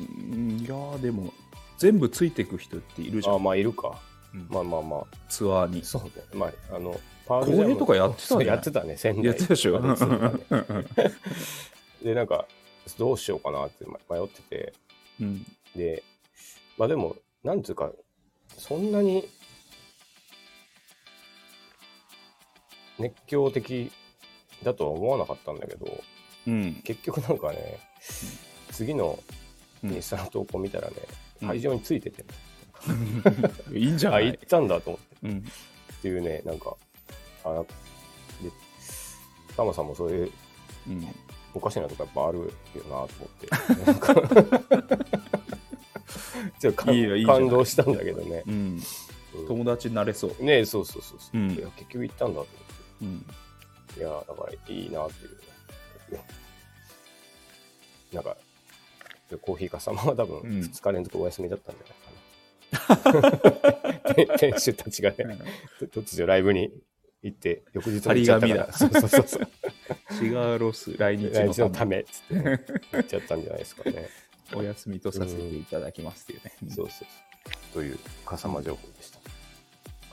[SPEAKER 1] うんいやーでも全部ついてく人っているじゃ
[SPEAKER 2] あ
[SPEAKER 1] ん
[SPEAKER 2] まあいるか、
[SPEAKER 1] うん
[SPEAKER 2] まあまあまあ
[SPEAKER 1] ツアーに
[SPEAKER 2] そうねまああのパ
[SPEAKER 1] 公演とかやってたんじゃ
[SPEAKER 2] そ
[SPEAKER 1] な
[SPEAKER 2] う
[SPEAKER 1] い
[SPEAKER 2] やってたね仙台
[SPEAKER 1] やってたでしょ
[SPEAKER 2] あれツアーね
[SPEAKER 1] うんうん
[SPEAKER 2] でなんかどうしようかなって迷ってて
[SPEAKER 1] うん
[SPEAKER 2] でまあでもなんつうかそんなに熱狂的だとは思わなかったんだけど
[SPEAKER 1] うん
[SPEAKER 2] 結局なんかね次の
[SPEAKER 1] うん
[SPEAKER 2] インスタの投稿見たらね、
[SPEAKER 1] うん
[SPEAKER 2] 会場についててね、
[SPEAKER 1] いいんじゃな
[SPEAKER 2] あ行っ
[SPEAKER 1] い
[SPEAKER 2] たんだと思って
[SPEAKER 1] うん
[SPEAKER 2] っていうね、なんか、あら、で、タマさんもそういう
[SPEAKER 1] うん
[SPEAKER 2] おかしなとこやっぱあるよな と思って、なんかちょっと感
[SPEAKER 1] いいよいいじゃない
[SPEAKER 2] 感動したんだけどね。
[SPEAKER 1] うん
[SPEAKER 2] うん
[SPEAKER 1] 友達になれそう
[SPEAKER 2] ねそうそうそうそう、
[SPEAKER 1] うん
[SPEAKER 2] いや。結局行ったんだと思
[SPEAKER 1] うん
[SPEAKER 2] って、いや、だからいいなっていうね。なんか、コーヒーか様は多分
[SPEAKER 1] うん
[SPEAKER 2] 2日連続お休みだったんじゃ ないかな。店主たちがね、突如ライブに行って、翌日も行っちゃったから
[SPEAKER 1] 張り紙だ
[SPEAKER 2] そうそうそうそう。
[SPEAKER 1] シガーロス来日
[SPEAKER 2] 来
[SPEAKER 1] の
[SPEAKER 2] 日の
[SPEAKER 1] た
[SPEAKER 2] た
[SPEAKER 1] め
[SPEAKER 2] めっつってね言っちゃったんじゃないですかね。
[SPEAKER 1] お休みとさせていただきますっていうね、
[SPEAKER 2] そうそうそう。という、笠間情報でした。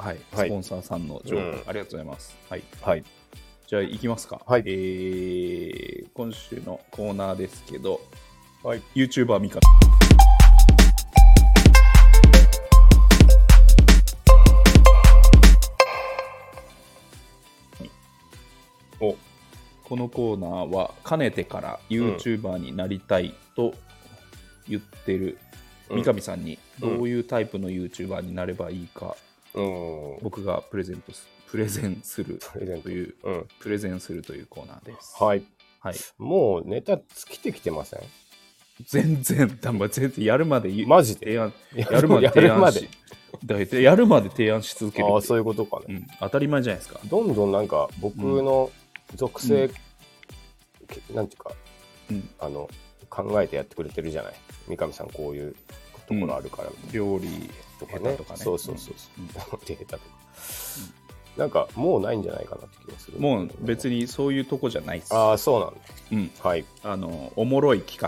[SPEAKER 1] はい、
[SPEAKER 2] はい
[SPEAKER 1] スポンサーさんの情報、
[SPEAKER 2] うん
[SPEAKER 1] ありがとうございますはい
[SPEAKER 2] はい。
[SPEAKER 1] じゃあ行きますか
[SPEAKER 2] はい
[SPEAKER 1] えー今週のコーナーですけど
[SPEAKER 2] はい。
[SPEAKER 1] YouTuber みかん
[SPEAKER 2] お、
[SPEAKER 1] このコーナーはかねてから YouTuber になりたいと言ってる
[SPEAKER 2] うん
[SPEAKER 1] 三上さんにど
[SPEAKER 2] うん
[SPEAKER 1] ういうタイプの YouTuber になればいいか
[SPEAKER 2] うん。
[SPEAKER 1] 僕がプレゼントすプレゼンする
[SPEAKER 2] プレゼン
[SPEAKER 1] と
[SPEAKER 2] ト。
[SPEAKER 1] いう
[SPEAKER 2] うん。
[SPEAKER 1] プレゼンするというコーナーです。
[SPEAKER 2] はい。
[SPEAKER 1] はい、
[SPEAKER 2] もうネタ尽きてきてません
[SPEAKER 1] 全然、だんま全然やるまで言う
[SPEAKER 2] マジで
[SPEAKER 1] 提案
[SPEAKER 2] や
[SPEAKER 1] やるまで提
[SPEAKER 2] やるま
[SPEAKER 1] 案
[SPEAKER 2] で
[SPEAKER 1] し。だいたいやるまで提案し続ける
[SPEAKER 2] ああ、
[SPEAKER 1] って
[SPEAKER 2] そ
[SPEAKER 1] いう
[SPEAKER 2] いうことか
[SPEAKER 1] う、
[SPEAKER 2] ね。
[SPEAKER 1] ん、当たり前じゃないですか。
[SPEAKER 2] どんどんなんか僕の属性、けなんていうか、
[SPEAKER 1] うん
[SPEAKER 2] あの、考えてやってくれてるじゃない。三上さん、こういうところあるから、
[SPEAKER 1] 料理
[SPEAKER 2] とか
[SPEAKER 1] 下手
[SPEAKER 2] ね
[SPEAKER 1] とかね
[SPEAKER 2] そうそうそうそう、
[SPEAKER 1] うん
[SPEAKER 2] データとか、なんかもうないんじゃないかなって気がする
[SPEAKER 1] もう別
[SPEAKER 2] に
[SPEAKER 1] にそういうとこじゃないです。
[SPEAKER 2] ああそうなんだ
[SPEAKER 1] うん、
[SPEAKER 2] はい
[SPEAKER 1] あのおもろい企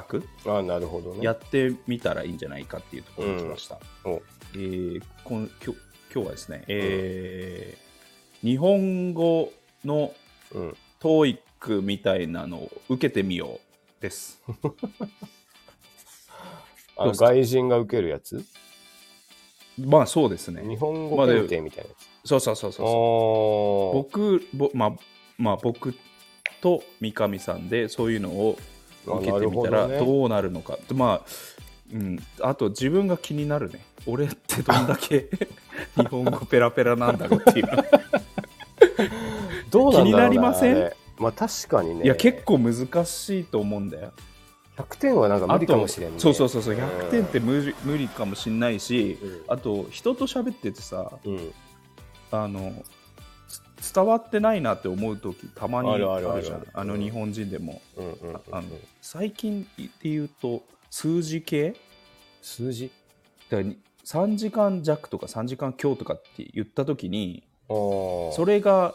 [SPEAKER 1] 画
[SPEAKER 2] ああなるほどね
[SPEAKER 1] やってみたらいいんじゃないかっていうところに来ました。
[SPEAKER 2] お
[SPEAKER 1] えーこんきょ今日はですね、えー日本語の
[SPEAKER 2] うん、
[SPEAKER 1] TOEIC みたいなのを受けてみようです。
[SPEAKER 2] あの
[SPEAKER 1] どうですか
[SPEAKER 2] 外人が受けるやつ
[SPEAKER 1] まあそうですね。
[SPEAKER 2] 日本
[SPEAKER 1] ま
[SPEAKER 2] 語
[SPEAKER 1] あで
[SPEAKER 2] 検定みたいなやつ。
[SPEAKER 1] そうそうそうそうそう。
[SPEAKER 2] おー
[SPEAKER 1] 僕ぼ、まあまあ、僕と三上さんでそういうのを受けてみたら
[SPEAKER 2] あなるほどね
[SPEAKER 1] どうなるのかとまあ、うん、あと自分が気になるね俺ってどんだけ 日本語ペラペラなんだろうっていう、
[SPEAKER 2] どうなんだろう
[SPEAKER 1] 気になりませ
[SPEAKER 2] あ
[SPEAKER 1] ん
[SPEAKER 2] れまあ確かにね。
[SPEAKER 1] いや結構難しいと思うんだよ
[SPEAKER 2] 100点はなんか無理かもしれん
[SPEAKER 1] あ
[SPEAKER 2] ね。
[SPEAKER 1] とそうそうそうそう
[SPEAKER 2] うん
[SPEAKER 1] 100点って無理無理かもしんないし
[SPEAKER 2] うん
[SPEAKER 1] あと人と喋っててさ
[SPEAKER 2] うん。
[SPEAKER 1] あのつ伝わってないなって思う時たまにあ
[SPEAKER 2] あ
[SPEAKER 1] るじ
[SPEAKER 2] る
[SPEAKER 1] ゃん
[SPEAKER 2] あ
[SPEAKER 1] あ
[SPEAKER 2] るあるある
[SPEAKER 1] の日本人でも、
[SPEAKER 2] うんうんうんうん
[SPEAKER 1] あの最近っていうと数字系
[SPEAKER 2] 数字
[SPEAKER 1] だからに3時間弱とか3時間強とかって言った時にそ
[SPEAKER 2] それ、
[SPEAKER 1] れが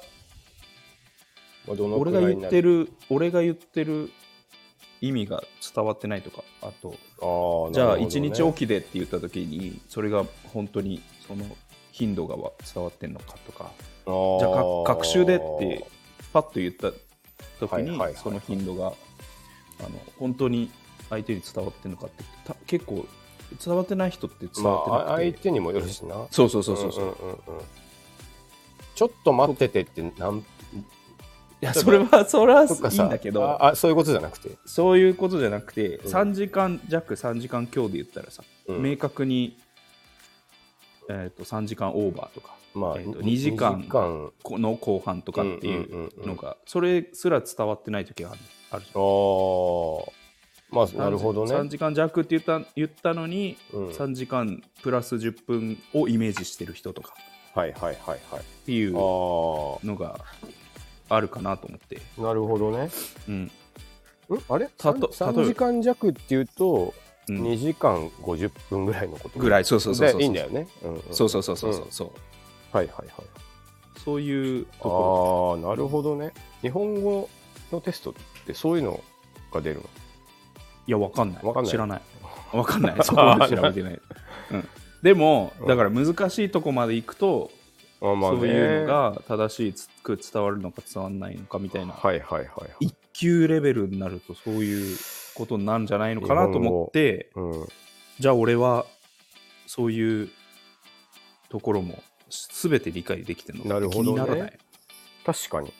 [SPEAKER 2] まあ、どの
[SPEAKER 1] 俺
[SPEAKER 2] く
[SPEAKER 1] が
[SPEAKER 2] らいに
[SPEAKER 1] 言
[SPEAKER 2] な
[SPEAKER 1] ってる俺が言ってる意味が伝わってないとかあと
[SPEAKER 2] あー
[SPEAKER 1] じゃ
[SPEAKER 2] な
[SPEAKER 1] あ
[SPEAKER 2] るほど
[SPEAKER 1] 1
[SPEAKER 2] ね
[SPEAKER 1] 日おきでって言った時にそれが本当にその頻度がわ伝わってんのかとか
[SPEAKER 2] あー
[SPEAKER 1] じゃあか学習でってパッと言った時
[SPEAKER 2] はいはい
[SPEAKER 1] に
[SPEAKER 2] はいはい
[SPEAKER 1] その頻度があの本当に相手に伝わってんのかってた結構伝わってない人って伝
[SPEAKER 2] ま
[SPEAKER 1] わってなくて、
[SPEAKER 2] あ、相手にもよるしな。
[SPEAKER 1] そうそうそうそうそう,、
[SPEAKER 2] んうんうんうんちょっと待っててってなん
[SPEAKER 1] いやそれはそれはい
[SPEAKER 2] とか
[SPEAKER 1] い
[SPEAKER 2] さ
[SPEAKER 1] んだけど
[SPEAKER 2] ああそういうことじゃなくて、
[SPEAKER 1] そういうことじゃなくて、
[SPEAKER 2] うん
[SPEAKER 1] 3時間弱3時間強で言ったらさ、
[SPEAKER 2] うん
[SPEAKER 1] 明確に、えー、と3時間オーバーとか
[SPEAKER 2] まあ
[SPEAKER 1] えーと
[SPEAKER 2] に
[SPEAKER 1] 2時間
[SPEAKER 2] 二時間
[SPEAKER 1] この後半とかってい
[SPEAKER 2] んんん
[SPEAKER 1] う
[SPEAKER 2] うん
[SPEAKER 1] のがそれすら伝わってない時があるあるじゃん
[SPEAKER 2] あーまあなるほど
[SPEAKER 1] 3
[SPEAKER 2] ね、
[SPEAKER 1] 時間弱って言った言ったのに、
[SPEAKER 2] うんはい
[SPEAKER 1] 3時間プラス10分をイメージしてる人とか
[SPEAKER 2] はいはいはい
[SPEAKER 1] っていう
[SPEAKER 2] あ
[SPEAKER 1] の
[SPEAKER 2] ー
[SPEAKER 1] があるかなと思って、
[SPEAKER 2] なるほどね
[SPEAKER 1] うん
[SPEAKER 2] んあれ
[SPEAKER 1] たと
[SPEAKER 2] 三
[SPEAKER 1] 例えば
[SPEAKER 2] 三時間弱っていうと
[SPEAKER 1] うん
[SPEAKER 2] 2時間50分ぐらいのこと
[SPEAKER 1] ぐら
[SPEAKER 2] い
[SPEAKER 1] いそうそうそうそう
[SPEAKER 2] いいんだよね、うんうん
[SPEAKER 1] そうそうそうそうそうそう、
[SPEAKER 2] はいはいはい
[SPEAKER 1] そういうと
[SPEAKER 2] ああ
[SPEAKER 1] こ
[SPEAKER 2] ーなるほどね日本語のテストってそういうのが出るの
[SPEAKER 1] ろいやわかんない
[SPEAKER 2] わかんない
[SPEAKER 1] 知らないわかんないそこまで調べて ない、うん、でもだから難しいとこまで行くと、
[SPEAKER 2] あまあね
[SPEAKER 1] そういうのが正しいつく伝わるのか伝わらないのかみたいな、
[SPEAKER 2] はいはいはいはい、
[SPEAKER 1] 一級レベルになるとそういうことになるんじゃないのかなと思って
[SPEAKER 2] うん、
[SPEAKER 1] じゃあ俺はそういうところも全て理解できてるのか
[SPEAKER 2] なる
[SPEAKER 1] 気
[SPEAKER 2] ほど
[SPEAKER 1] に
[SPEAKER 2] ね
[SPEAKER 1] ならない
[SPEAKER 2] 確かに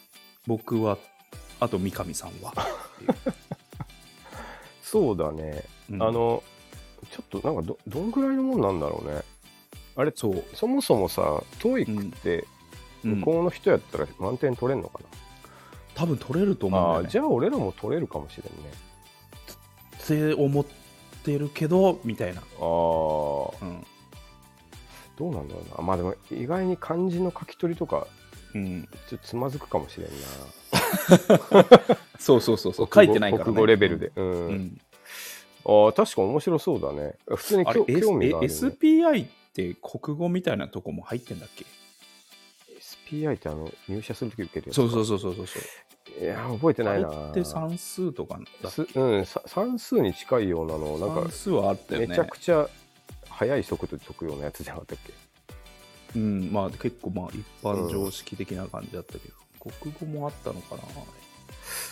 [SPEAKER 1] 僕はあと三上さんは、
[SPEAKER 2] そうだね、
[SPEAKER 1] うん
[SPEAKER 2] あのちょっとなんかどどんぐらいのもんなんだろうね
[SPEAKER 1] あれそう、
[SPEAKER 2] そもそもさ TOEIC
[SPEAKER 1] う
[SPEAKER 2] っ
[SPEAKER 1] ん
[SPEAKER 2] て
[SPEAKER 1] うん
[SPEAKER 2] 向こうの人やったら満点取れんのか
[SPEAKER 1] 多分取れると
[SPEAKER 2] な、
[SPEAKER 1] 思う
[SPEAKER 2] あ
[SPEAKER 1] んだよ
[SPEAKER 2] あ
[SPEAKER 1] ね
[SPEAKER 2] じゃあ俺らも取れるかもしれんね
[SPEAKER 1] って思ってるけどみたいな、
[SPEAKER 2] ああど
[SPEAKER 1] うん
[SPEAKER 2] うなんだろうなまあでも意外に漢字の書き取りとか
[SPEAKER 1] うん、
[SPEAKER 2] ちょっとつまずくかもしれんな
[SPEAKER 1] そうそうそうそう書
[SPEAKER 2] 国
[SPEAKER 1] い
[SPEAKER 2] 語
[SPEAKER 1] てないから、ね、
[SPEAKER 2] 国語レベルで、う
[SPEAKER 1] うんん、
[SPEAKER 2] ああ確か面白そうだね普通に
[SPEAKER 1] あ
[SPEAKER 2] き
[SPEAKER 1] れ
[SPEAKER 2] ょ、
[SPEAKER 1] S
[SPEAKER 2] 興味がある、
[SPEAKER 1] え
[SPEAKER 2] ね、
[SPEAKER 1] SPI って国語みたいなとこも入ってんだっけ
[SPEAKER 2] SPI ってあの入社するとき受けるやつ
[SPEAKER 1] そうそう
[SPEAKER 2] そ
[SPEAKER 1] そうそうそうそう
[SPEAKER 2] ういや覚えて
[SPEAKER 1] あ
[SPEAKER 2] ない
[SPEAKER 1] れ
[SPEAKER 2] な
[SPEAKER 1] って算数とかだ
[SPEAKER 2] すうん、さ算数に近いようなのをなん
[SPEAKER 1] 算
[SPEAKER 2] か
[SPEAKER 1] 数はあったよね
[SPEAKER 2] めちゃくちゃ速い速度で解くようなやつじゃなかったっけ
[SPEAKER 1] うんまあ結構まあ一般常識的な感じだったけど、国語もあったのかな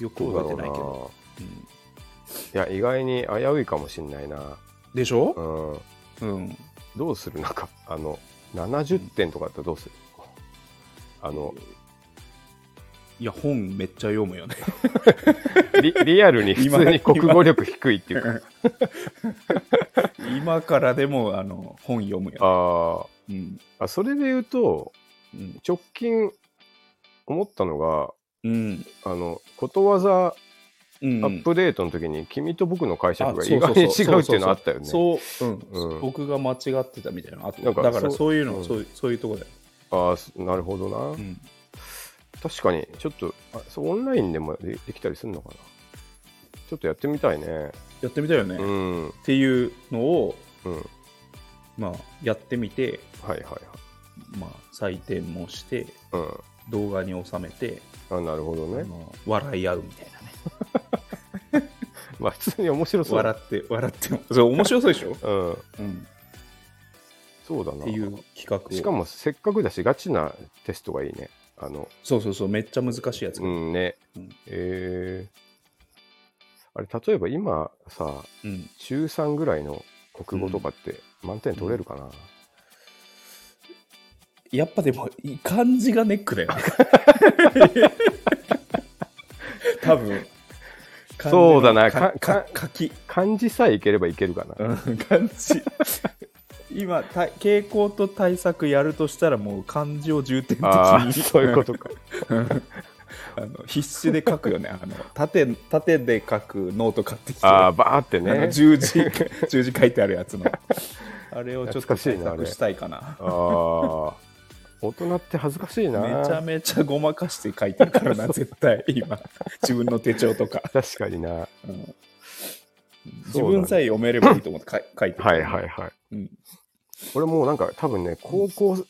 [SPEAKER 1] よく覚えてないけど、
[SPEAKER 2] ど
[SPEAKER 1] うん
[SPEAKER 2] いや意外に危ういかもしんないな
[SPEAKER 1] でしょ
[SPEAKER 2] う、ん
[SPEAKER 1] うん、
[SPEAKER 2] どうするなんかあの70点とかだったらどうする、あの
[SPEAKER 1] いや本めっちゃ読むよね
[SPEAKER 2] リリアルに普通に国語力低いっていうか
[SPEAKER 1] 今からでもあの本読むよ、
[SPEAKER 2] あ
[SPEAKER 1] うん
[SPEAKER 2] ーあそれで言うと
[SPEAKER 1] うん
[SPEAKER 2] 直近思ったのが
[SPEAKER 1] うん
[SPEAKER 2] あのことわざ
[SPEAKER 1] うん
[SPEAKER 2] アップデートの時に、君と僕の解釈が
[SPEAKER 1] あ
[SPEAKER 2] 意外に違うっていうのあったよね。
[SPEAKER 1] そうそうそうそう、そううん
[SPEAKER 2] うん
[SPEAKER 1] 僕が間違ってたみたいなのあった
[SPEAKER 2] なんか
[SPEAKER 1] だから
[SPEAKER 2] そう
[SPEAKER 1] そういうの、
[SPEAKER 2] うん
[SPEAKER 1] そうそういうとこだよ、
[SPEAKER 2] ああすなるほどな、
[SPEAKER 1] うん
[SPEAKER 2] 確かにちょっとあそうオンラインでもでできたりするのかなちょっとやってみたいね
[SPEAKER 1] やってみたいよね、
[SPEAKER 2] う
[SPEAKER 1] っ
[SPEAKER 2] んうん
[SPEAKER 1] ていうのを、
[SPEAKER 2] はい
[SPEAKER 1] まあ、やってみて、
[SPEAKER 2] はいはい
[SPEAKER 1] まあ、採点もして
[SPEAKER 2] うん
[SPEAKER 1] 動画に収めて、
[SPEAKER 2] あなるほど
[SPEAKER 1] あ
[SPEAKER 2] ね
[SPEAKER 1] の笑い合うみたいなね
[SPEAKER 2] まあ普通に面白そう
[SPEAKER 1] 笑って笑ってもそれ面白そうでしょ、
[SPEAKER 2] うん
[SPEAKER 1] うん、
[SPEAKER 2] そうだ
[SPEAKER 1] っ
[SPEAKER 2] な
[SPEAKER 1] ていう企画を
[SPEAKER 2] しかもせっかくだしガチなテストがいいねあの
[SPEAKER 1] そうそうそうめっちゃ難しいやつ、
[SPEAKER 2] うんね、
[SPEAKER 1] うん
[SPEAKER 2] えーあれ例えば今さ
[SPEAKER 1] うん
[SPEAKER 2] 中3ぐらいの国語とかって満点取れるかな、
[SPEAKER 1] やっぱでも、い漢字がネックだよね。 多分。
[SPEAKER 2] そうだな
[SPEAKER 1] 漢字が
[SPEAKER 2] か
[SPEAKER 1] か書き。
[SPEAKER 2] 漢字さえいければいけるかな、
[SPEAKER 1] うん漢字。 今、た傾向と対策やるとしたら、もう漢字を重点的
[SPEAKER 2] ああ
[SPEAKER 1] に。
[SPEAKER 2] そういうことか
[SPEAKER 1] あの必死で書くよね。あの縦縦で書くノート買ってきて。
[SPEAKER 2] ああバーって
[SPEAKER 1] あの
[SPEAKER 2] ね
[SPEAKER 1] 十字、十字書いてあるやつの。あれをちょっと
[SPEAKER 2] 懐かしい
[SPEAKER 1] 対
[SPEAKER 2] なあれ
[SPEAKER 1] 策したいかな。
[SPEAKER 2] ああ大人って恥ずかしいな
[SPEAKER 1] めちゃめちゃごまかして書いてるから な、絶対、今。自分の手帳とか。
[SPEAKER 2] 確かになは
[SPEAKER 1] うん自
[SPEAKER 2] そうだね
[SPEAKER 1] 分さえ読めればいいと思ってか書いて
[SPEAKER 2] い
[SPEAKER 1] る。
[SPEAKER 2] はいはい、
[SPEAKER 1] うん
[SPEAKER 2] 俺もうなんか多分ね高校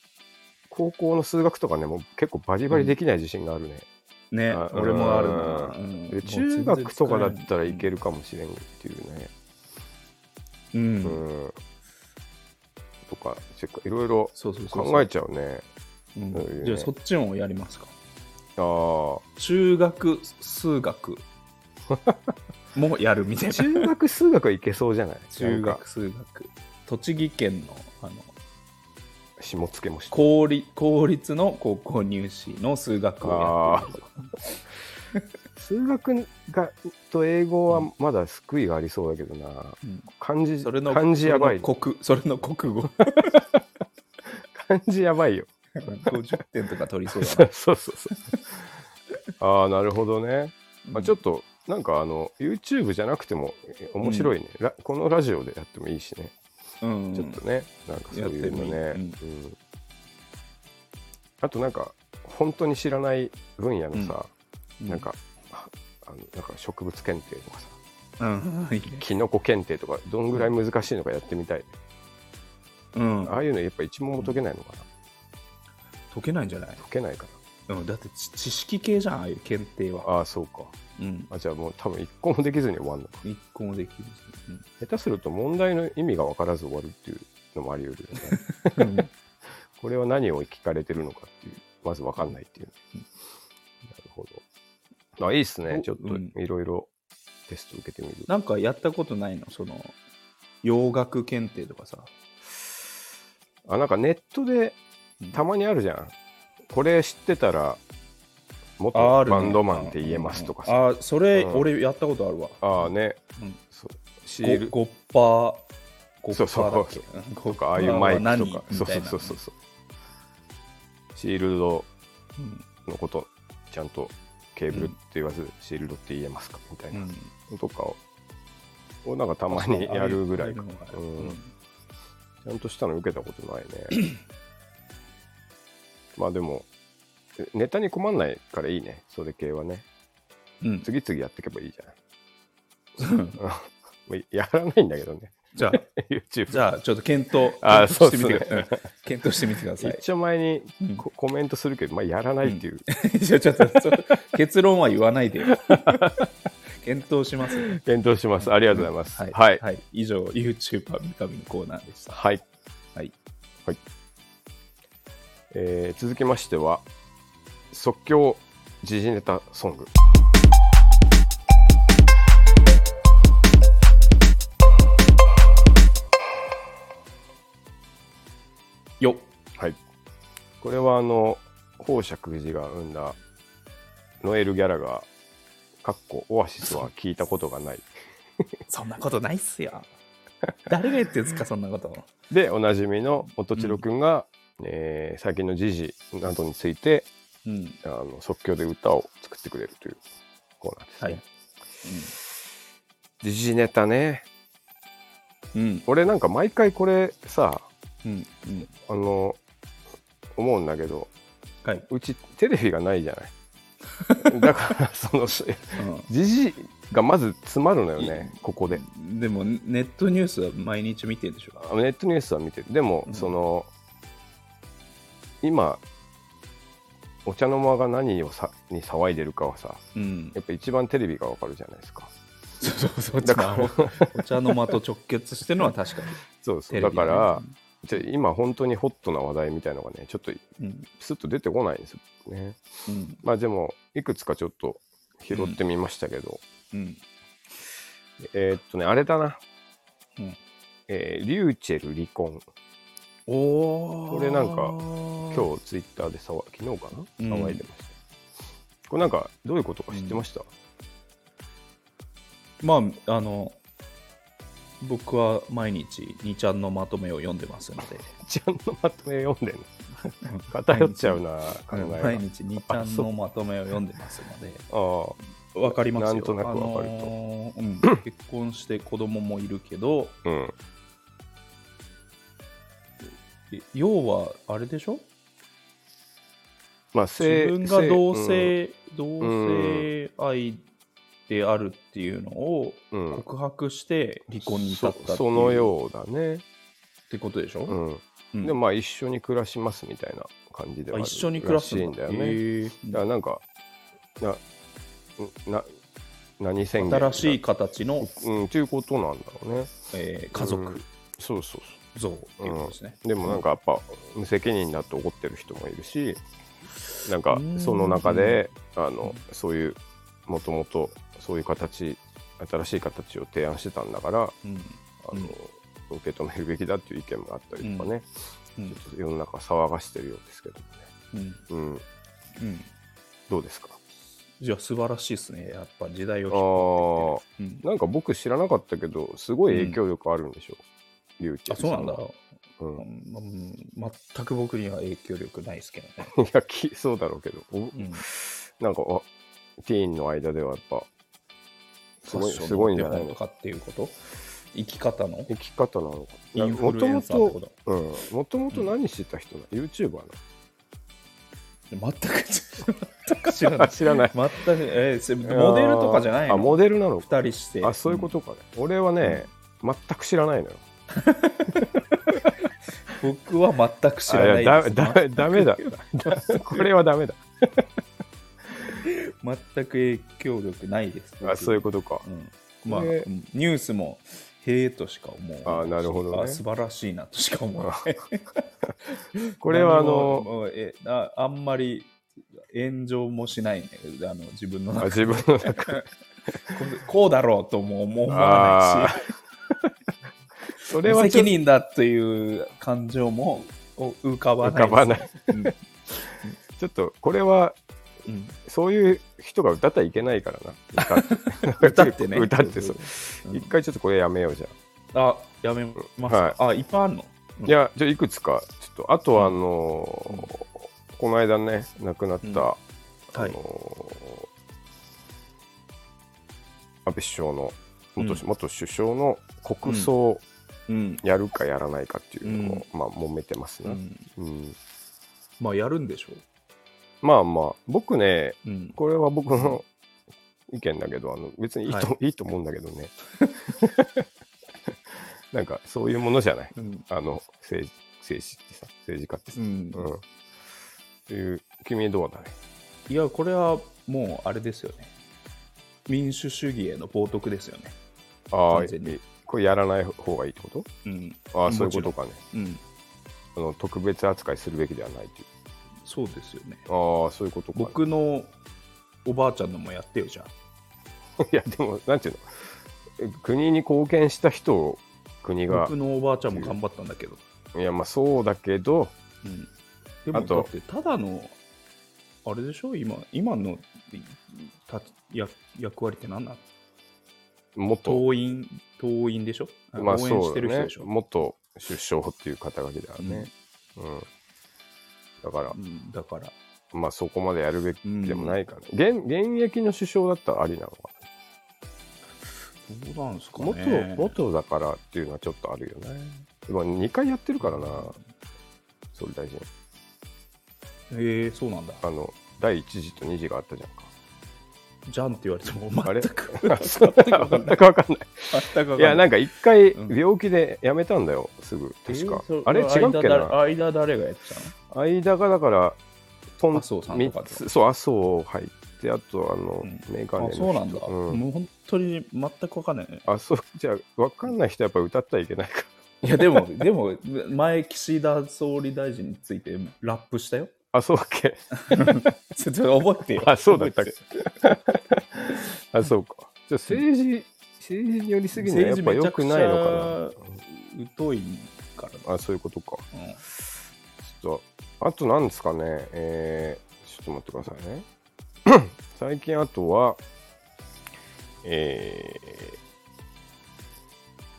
[SPEAKER 2] 高校の数学とかねもう結構バリバリできない自信があるね、
[SPEAKER 1] ね、
[SPEAKER 2] あ
[SPEAKER 1] 俺もあるな。
[SPEAKER 2] で
[SPEAKER 1] うん
[SPEAKER 2] 中学とかだったらいけ
[SPEAKER 1] る。
[SPEAKER 2] るかもしれんっていうね、
[SPEAKER 1] うん
[SPEAKER 2] う。
[SPEAKER 1] うん
[SPEAKER 2] んとかちょっといろいろ
[SPEAKER 1] そうそうそうそう。
[SPEAKER 2] 考えちゃうね
[SPEAKER 1] うん
[SPEAKER 2] そういうね
[SPEAKER 1] じゃあそっちもやりますか。
[SPEAKER 2] ああ
[SPEAKER 1] 中学、数学もやるみたいな。
[SPEAKER 2] 中学数学はいけそうじゃない
[SPEAKER 1] 中
[SPEAKER 2] なんか
[SPEAKER 1] 学、数学。栃木県のあの
[SPEAKER 2] 下野もして
[SPEAKER 1] 公立公立の高校入試の数学をやってる
[SPEAKER 2] 数学がと英語はまだ救いがありそうだけどな
[SPEAKER 1] うん
[SPEAKER 2] 漢字
[SPEAKER 1] それの
[SPEAKER 2] 漢字やばい
[SPEAKER 1] それの国それの国語
[SPEAKER 2] 漢字やばいよ
[SPEAKER 1] 50点とか取りそう
[SPEAKER 2] そ
[SPEAKER 1] だな
[SPEAKER 2] うそうそうああなるほどね、まあ、ちょっとなんかあの YouTube じゃなくても面白いね、ラこのラジオでやってもいいしね
[SPEAKER 1] うん
[SPEAKER 2] ちょっとね、なんかそういうの
[SPEAKER 1] やっ
[SPEAKER 2] ね
[SPEAKER 1] てもいい。
[SPEAKER 2] うんあとなんか、本当に知らない分野のさ、
[SPEAKER 1] うん
[SPEAKER 2] なんか、ああのなんか植物検定とかさ、
[SPEAKER 1] うんいいね
[SPEAKER 2] キノコ検定とか、どんぐらい難しいのかやってみたい。
[SPEAKER 1] うん
[SPEAKER 2] ああいうのやっぱ一問も解けないのかな
[SPEAKER 1] 解けないんじゃない
[SPEAKER 2] 解けないか
[SPEAKER 1] うんだって知知識系じゃんああいう検定
[SPEAKER 2] な
[SPEAKER 1] は
[SPEAKER 2] ああ、そうか。
[SPEAKER 1] うん
[SPEAKER 2] あじゃあもう多分一個もできずに終わるのか。
[SPEAKER 1] 一個もできる
[SPEAKER 2] 下手すると問題の意味が分からず終わるっていうのもあり得るよね。
[SPEAKER 1] しうん
[SPEAKER 2] これは何を聞かれてるのかっていう、まず分かんないっていう。なるほど。あ、いいっすね。
[SPEAKER 1] お
[SPEAKER 2] ちょっ
[SPEAKER 1] うん
[SPEAKER 2] といろいろテスト受けてみる。
[SPEAKER 1] なんかやったことないのその洋楽検定とかさ
[SPEAKER 2] あ、なんかネットでたまにあるじゃん。これ知ってたら、元
[SPEAKER 1] あるね
[SPEAKER 2] バンドマンって言えますとかさ。
[SPEAKER 1] あそれ
[SPEAKER 2] うん
[SPEAKER 1] 俺やったことあるわ
[SPEAKER 2] ああね、
[SPEAKER 1] うん
[SPEAKER 2] そう
[SPEAKER 1] ゴ
[SPEAKER 2] シール
[SPEAKER 1] ゴッパー、ゴ
[SPEAKER 2] そうそう
[SPEAKER 1] だっけ
[SPEAKER 2] とか、ああいうマイクとか、そうそうそうそう。そう。シールド
[SPEAKER 1] うん
[SPEAKER 2] のこと、ちゃんとケーブルって言わず、シールドって言えますかみたいな。
[SPEAKER 1] うん
[SPEAKER 2] とかををなんかたまにやるぐらいか
[SPEAKER 1] ああうのがある
[SPEAKER 2] うん
[SPEAKER 1] うん
[SPEAKER 2] ちゃんとしたの受けたことないねまあでもえネタに困んないからいいねそれ系はね
[SPEAKER 1] うん
[SPEAKER 2] 次々やっていけばいいじ ゃ ないもうやらないんだけどね
[SPEAKER 1] じゃあ、
[SPEAKER 2] YouTube
[SPEAKER 1] じゃあちょっと検討
[SPEAKER 2] あ
[SPEAKER 1] 検討してみ
[SPEAKER 2] そう
[SPEAKER 1] て
[SPEAKER 2] っす
[SPEAKER 1] くだ
[SPEAKER 2] ね
[SPEAKER 1] さい。検討してみてくださ い。
[SPEAKER 2] 一応前に
[SPEAKER 1] うん
[SPEAKER 2] ココメントするけど、まあ、やらないっていう、
[SPEAKER 1] じゃあちょっとそ結論は言わないで よ。検討します。
[SPEAKER 2] 検討しますありがとうございますはい、
[SPEAKER 1] は。
[SPEAKER 2] はいい
[SPEAKER 1] はい以上、YouTuber 三上のコーナーでした。はい。
[SPEAKER 2] えー続きましては即興時事ネタソング
[SPEAKER 1] よっ。
[SPEAKER 2] はい。これはあの、宝釈寺が生んだノエル・ギャラが、かっこオアシスは聞いたことがない。
[SPEAKER 1] そんなことないっすよ。 誰が言ってんすか、そんなこと。
[SPEAKER 2] で、おなじみの音千代くんが、えー最近の時事などについて
[SPEAKER 1] うん。
[SPEAKER 2] あの即興で歌を作ってくれるというコーナーです、
[SPEAKER 1] はい
[SPEAKER 2] ね。。時事ネタね。
[SPEAKER 1] うん。
[SPEAKER 2] 俺なんか毎回これさ、
[SPEAKER 1] うん。うん。
[SPEAKER 2] あの、思うんだけど、
[SPEAKER 1] はい。
[SPEAKER 2] うちテレビがないじゃない。だから、その、時
[SPEAKER 1] うん
[SPEAKER 2] 事がまず詰まるのよね、ここで。
[SPEAKER 1] でもネットニュースは毎日見てるでしょ。
[SPEAKER 2] あネットニュースは見てる。でも、
[SPEAKER 1] うん
[SPEAKER 2] その、今、お茶の間が何をさに騒いでるかはさ、
[SPEAKER 1] うん
[SPEAKER 2] や。っぱ一番テレビがわかるじゃないですか。
[SPEAKER 1] そうそう
[SPEAKER 2] だから
[SPEAKER 1] お茶の間と直結してるのは確かに。
[SPEAKER 2] そうそ
[SPEAKER 1] テ
[SPEAKER 2] う。
[SPEAKER 1] レ
[SPEAKER 2] だ
[SPEAKER 1] ビね
[SPEAKER 2] から、、じゃあ今本当にホットな話題みたいのがね、ちょっと
[SPEAKER 1] うん。
[SPEAKER 2] スッと出てこないんですよね。
[SPEAKER 1] うん。
[SPEAKER 2] まあでも、いくつかちょっと拾ってみましたけど、
[SPEAKER 1] うん。
[SPEAKER 2] えーっとね、あれだな。
[SPEAKER 1] うん
[SPEAKER 2] えーリューチェル離婚。
[SPEAKER 1] お
[SPEAKER 2] これなんか
[SPEAKER 1] 今
[SPEAKER 2] 今日ツイッターでさわ昨日か
[SPEAKER 1] う
[SPEAKER 2] なん騒いでました。これなんかどういうことか知ってました、
[SPEAKER 1] 日まああの僕は毎日2ちゃんのまとめを読んでますので
[SPEAKER 2] ちゃんのまとめ読んでんの偏っちゃうな考
[SPEAKER 1] うん
[SPEAKER 2] えが、
[SPEAKER 1] 毎日2ちゃんのまとめを読んでますの
[SPEAKER 2] あ
[SPEAKER 1] でわかりますよ
[SPEAKER 2] なんとなくわかると
[SPEAKER 1] あのー うん結婚して子供もいるけど
[SPEAKER 2] あうん
[SPEAKER 1] え要はあれでしょ
[SPEAKER 2] まあ
[SPEAKER 1] 自
[SPEAKER 2] 性
[SPEAKER 1] 分が同
[SPEAKER 2] うん
[SPEAKER 1] 性、同性愛であるっていうのを
[SPEAKER 2] うん
[SPEAKER 1] 告白して離婚に至ったっていう
[SPEAKER 2] そそのようだね、
[SPEAKER 1] ってことでしょ、
[SPEAKER 2] うん
[SPEAKER 1] うん
[SPEAKER 2] でもまあ一緒に暮らしますみたいな感じでは
[SPEAKER 1] あ
[SPEAKER 2] ある
[SPEAKER 1] 一緒に暮らす
[SPEAKER 2] らしいんだよねだからなんかなな何宣言
[SPEAKER 1] 新しい形の、
[SPEAKER 2] うんっていうことなんだろうね
[SPEAKER 1] えー家
[SPEAKER 2] うん
[SPEAKER 1] 族
[SPEAKER 2] そうそうそ
[SPEAKER 1] 像っていうことですね。
[SPEAKER 2] うでもなんかやっぱ無責任だと怒ってる人もいるしなんか
[SPEAKER 1] うん
[SPEAKER 2] その中であのそういうもともとそういう形新しい形を提案してたんだから
[SPEAKER 1] うん
[SPEAKER 2] あの、受け止めるべきだっていう意見もあったりとかね、
[SPEAKER 1] うん
[SPEAKER 2] ちょっと世の中騒がしてるようですけどね、
[SPEAKER 1] うん
[SPEAKER 2] うん、
[SPEAKER 1] うん
[SPEAKER 2] どうですか
[SPEAKER 1] じゃあ素晴らしいですね。やっぱ時代
[SPEAKER 2] あ
[SPEAKER 1] を
[SPEAKER 2] ー
[SPEAKER 1] 引っ張って、うん
[SPEAKER 2] なんか僕知らなかったけどすごい影響力あるんでしょう、リュウチェ
[SPEAKER 1] あ、
[SPEAKER 2] ル
[SPEAKER 1] そうなんだ。
[SPEAKER 2] さんは
[SPEAKER 1] うん全く僕には影響力ないですけどね。
[SPEAKER 2] うん、いやきそうだろうけど、お
[SPEAKER 1] うん
[SPEAKER 2] なんかあティーンの間ではやっぱすごい
[SPEAKER 1] ファッションの
[SPEAKER 2] すごいんじゃない
[SPEAKER 1] デ
[SPEAKER 2] の
[SPEAKER 1] モとかっていうこと生き方の
[SPEAKER 2] 生き方なのか
[SPEAKER 1] インフルエンサーって
[SPEAKER 2] も
[SPEAKER 1] こと
[SPEAKER 2] ともと何してた人なの、YouTuber なの
[SPEAKER 1] 全く知全く知らない
[SPEAKER 2] 知らない
[SPEAKER 1] 全く、えーせ モデルとかじゃないの
[SPEAKER 2] あモデルなのか
[SPEAKER 1] 二人して
[SPEAKER 2] あそういうことかね、俺はね、全く知らないのよ
[SPEAKER 1] うん僕は全く知らない
[SPEAKER 2] あ
[SPEAKER 1] です
[SPEAKER 2] やだだ ダメだ これはダメだ
[SPEAKER 1] 全く影響力ないです
[SPEAKER 2] あそういうこ
[SPEAKER 1] こ
[SPEAKER 2] とか
[SPEAKER 1] と、うんまあ、
[SPEAKER 2] で
[SPEAKER 1] うんニュースもへえとしか思う
[SPEAKER 2] あなるほどね
[SPEAKER 1] あ素晴らしいなとしか思わない
[SPEAKER 2] これはあ
[SPEAKER 1] 何も
[SPEAKER 2] の
[SPEAKER 1] もうえああんまり炎上もしないねあの自分の
[SPEAKER 2] あ
[SPEAKER 1] 中で
[SPEAKER 2] 自分の中で
[SPEAKER 1] こ こうだろうとも思わないし
[SPEAKER 2] そ
[SPEAKER 1] それ
[SPEAKER 2] れは
[SPEAKER 1] は
[SPEAKER 2] ちょ
[SPEAKER 1] 責
[SPEAKER 2] っ
[SPEAKER 1] 任だっていう感情もお浮か
[SPEAKER 2] と
[SPEAKER 1] ば
[SPEAKER 2] 浮
[SPEAKER 1] な
[SPEAKER 2] か
[SPEAKER 1] いです
[SPEAKER 2] ばない
[SPEAKER 1] うん
[SPEAKER 2] ちょっとこれは
[SPEAKER 1] うん
[SPEAKER 2] そういう人が歌ったらいけないからな歌
[SPEAKER 1] 歌ってね
[SPEAKER 2] 歌ってそう
[SPEAKER 1] うん
[SPEAKER 2] 一回ちょっとこれやめようじゃん
[SPEAKER 1] あやめます、
[SPEAKER 2] はい
[SPEAKER 1] あいっぱいあるのうん
[SPEAKER 2] いや、じゃあいくつか、ちょっと、あとはあのーこの間ね、亡くなった、
[SPEAKER 1] う
[SPEAKER 2] あ
[SPEAKER 1] ん
[SPEAKER 2] のー
[SPEAKER 1] はい
[SPEAKER 2] 安倍首相の元,、
[SPEAKER 1] うん
[SPEAKER 2] 元首相の国葬を
[SPEAKER 1] うん、
[SPEAKER 2] やるかやらないかっていうのを、まあ、揉めてます
[SPEAKER 1] う
[SPEAKER 2] ね、
[SPEAKER 1] ん、
[SPEAKER 2] うん
[SPEAKER 1] まあやるんでしょ
[SPEAKER 2] まあまあ、僕ね、
[SPEAKER 1] う、うん、
[SPEAKER 2] これは僕の意見だけど、あの別にいいと,、、
[SPEAKER 1] はい
[SPEAKER 2] いと思うんだけどね。 なんか、そういうものじゃない。
[SPEAKER 1] うん
[SPEAKER 2] あの政治政治ってさ、政治家ってさ。
[SPEAKER 1] うん
[SPEAKER 2] うん。っていう、君どうだね。
[SPEAKER 1] いやこれはもうあれですよね民主主義への冒涜ですよね
[SPEAKER 2] ああ
[SPEAKER 1] 完全に、
[SPEAKER 2] これやらない方がいいってこ
[SPEAKER 1] うん
[SPEAKER 2] とああ、
[SPEAKER 1] もち
[SPEAKER 2] そう
[SPEAKER 1] ろ
[SPEAKER 2] い
[SPEAKER 1] ん
[SPEAKER 2] うことかね。
[SPEAKER 1] うん、
[SPEAKER 2] あの特別扱いするべきではないという。
[SPEAKER 1] そうですよね
[SPEAKER 2] ああ、そういうことか、ね。
[SPEAKER 1] 僕のおばあちゃんのもやってよじゃ あ
[SPEAKER 2] いや、でも、なんていうの、国に貢献した人を国が
[SPEAKER 1] 僕、のおばあちゃんも頑張ったんだけど、
[SPEAKER 2] いや、まあそうだけど、
[SPEAKER 1] うん、でも
[SPEAKER 2] あと
[SPEAKER 1] だってただのあれでしょ今今のいたや役割って何なの
[SPEAKER 2] もっと、
[SPEAKER 1] 党員党員でしょ、
[SPEAKER 2] まあ
[SPEAKER 1] 応援
[SPEAKER 2] そ
[SPEAKER 1] し
[SPEAKER 2] う
[SPEAKER 1] て
[SPEAKER 2] だ
[SPEAKER 1] る人
[SPEAKER 2] ね
[SPEAKER 1] でし、ょ
[SPEAKER 2] 元首相っていう肩書きだよね。うん。だから
[SPEAKER 1] う、んだから
[SPEAKER 2] まあそこまでやるべき
[SPEAKER 1] うん
[SPEAKER 2] でもないから、ね現現役の首相だったらありなのか
[SPEAKER 1] どうなんですか
[SPEAKER 2] な、
[SPEAKER 1] ね
[SPEAKER 2] 元元だからっていうのはちょっとあるよねまあ2回やってるからな総理大臣
[SPEAKER 1] えー、そうなんだ
[SPEAKER 2] あの第1次と2次があったじゃんか
[SPEAKER 1] じゃんって言われても
[SPEAKER 2] あれ
[SPEAKER 1] 全く
[SPEAKER 2] 全
[SPEAKER 1] 全く
[SPEAKER 2] く
[SPEAKER 1] わかんな
[SPEAKER 2] 分
[SPEAKER 1] い
[SPEAKER 2] かん ない
[SPEAKER 1] 全くわかんない
[SPEAKER 2] いやなんか1回
[SPEAKER 1] うん
[SPEAKER 2] 病気で辞めたんだよすぐ
[SPEAKER 1] え
[SPEAKER 2] 確
[SPEAKER 1] ー
[SPEAKER 2] か、
[SPEAKER 1] そ
[SPEAKER 2] あれ違うっけ
[SPEAKER 1] 間
[SPEAKER 2] な
[SPEAKER 1] 誰間誰がやってたの
[SPEAKER 2] 間がだからトン
[SPEAKER 1] 麻生さんとか
[SPEAKER 2] 三
[SPEAKER 1] と
[SPEAKER 2] つそう麻生入ってあとあの、
[SPEAKER 1] うん
[SPEAKER 2] メガネの
[SPEAKER 1] あ
[SPEAKER 2] 人
[SPEAKER 1] そうなんだ、
[SPEAKER 2] うん
[SPEAKER 1] もう本当に全くわかんないね
[SPEAKER 2] あそうじゃあ分かんない人はやっぱ歌ったらいけないか
[SPEAKER 1] いやで もでも前岸田総理大臣についてラップしたよ
[SPEAKER 2] あそうっけ
[SPEAKER 1] ちょっと覚えてよ
[SPEAKER 2] あそうだったっ
[SPEAKER 1] 覚
[SPEAKER 2] けあそうかじゃあ政治、政治に寄りすぎるのはやっぱ良くないの
[SPEAKER 1] 政
[SPEAKER 2] か
[SPEAKER 1] 疎いから
[SPEAKER 2] な。あ、そういうことか。
[SPEAKER 1] な、うん
[SPEAKER 2] ちょっと、あとなんですかね、えー、ちょっと待ってくださいね。 最近あとは、え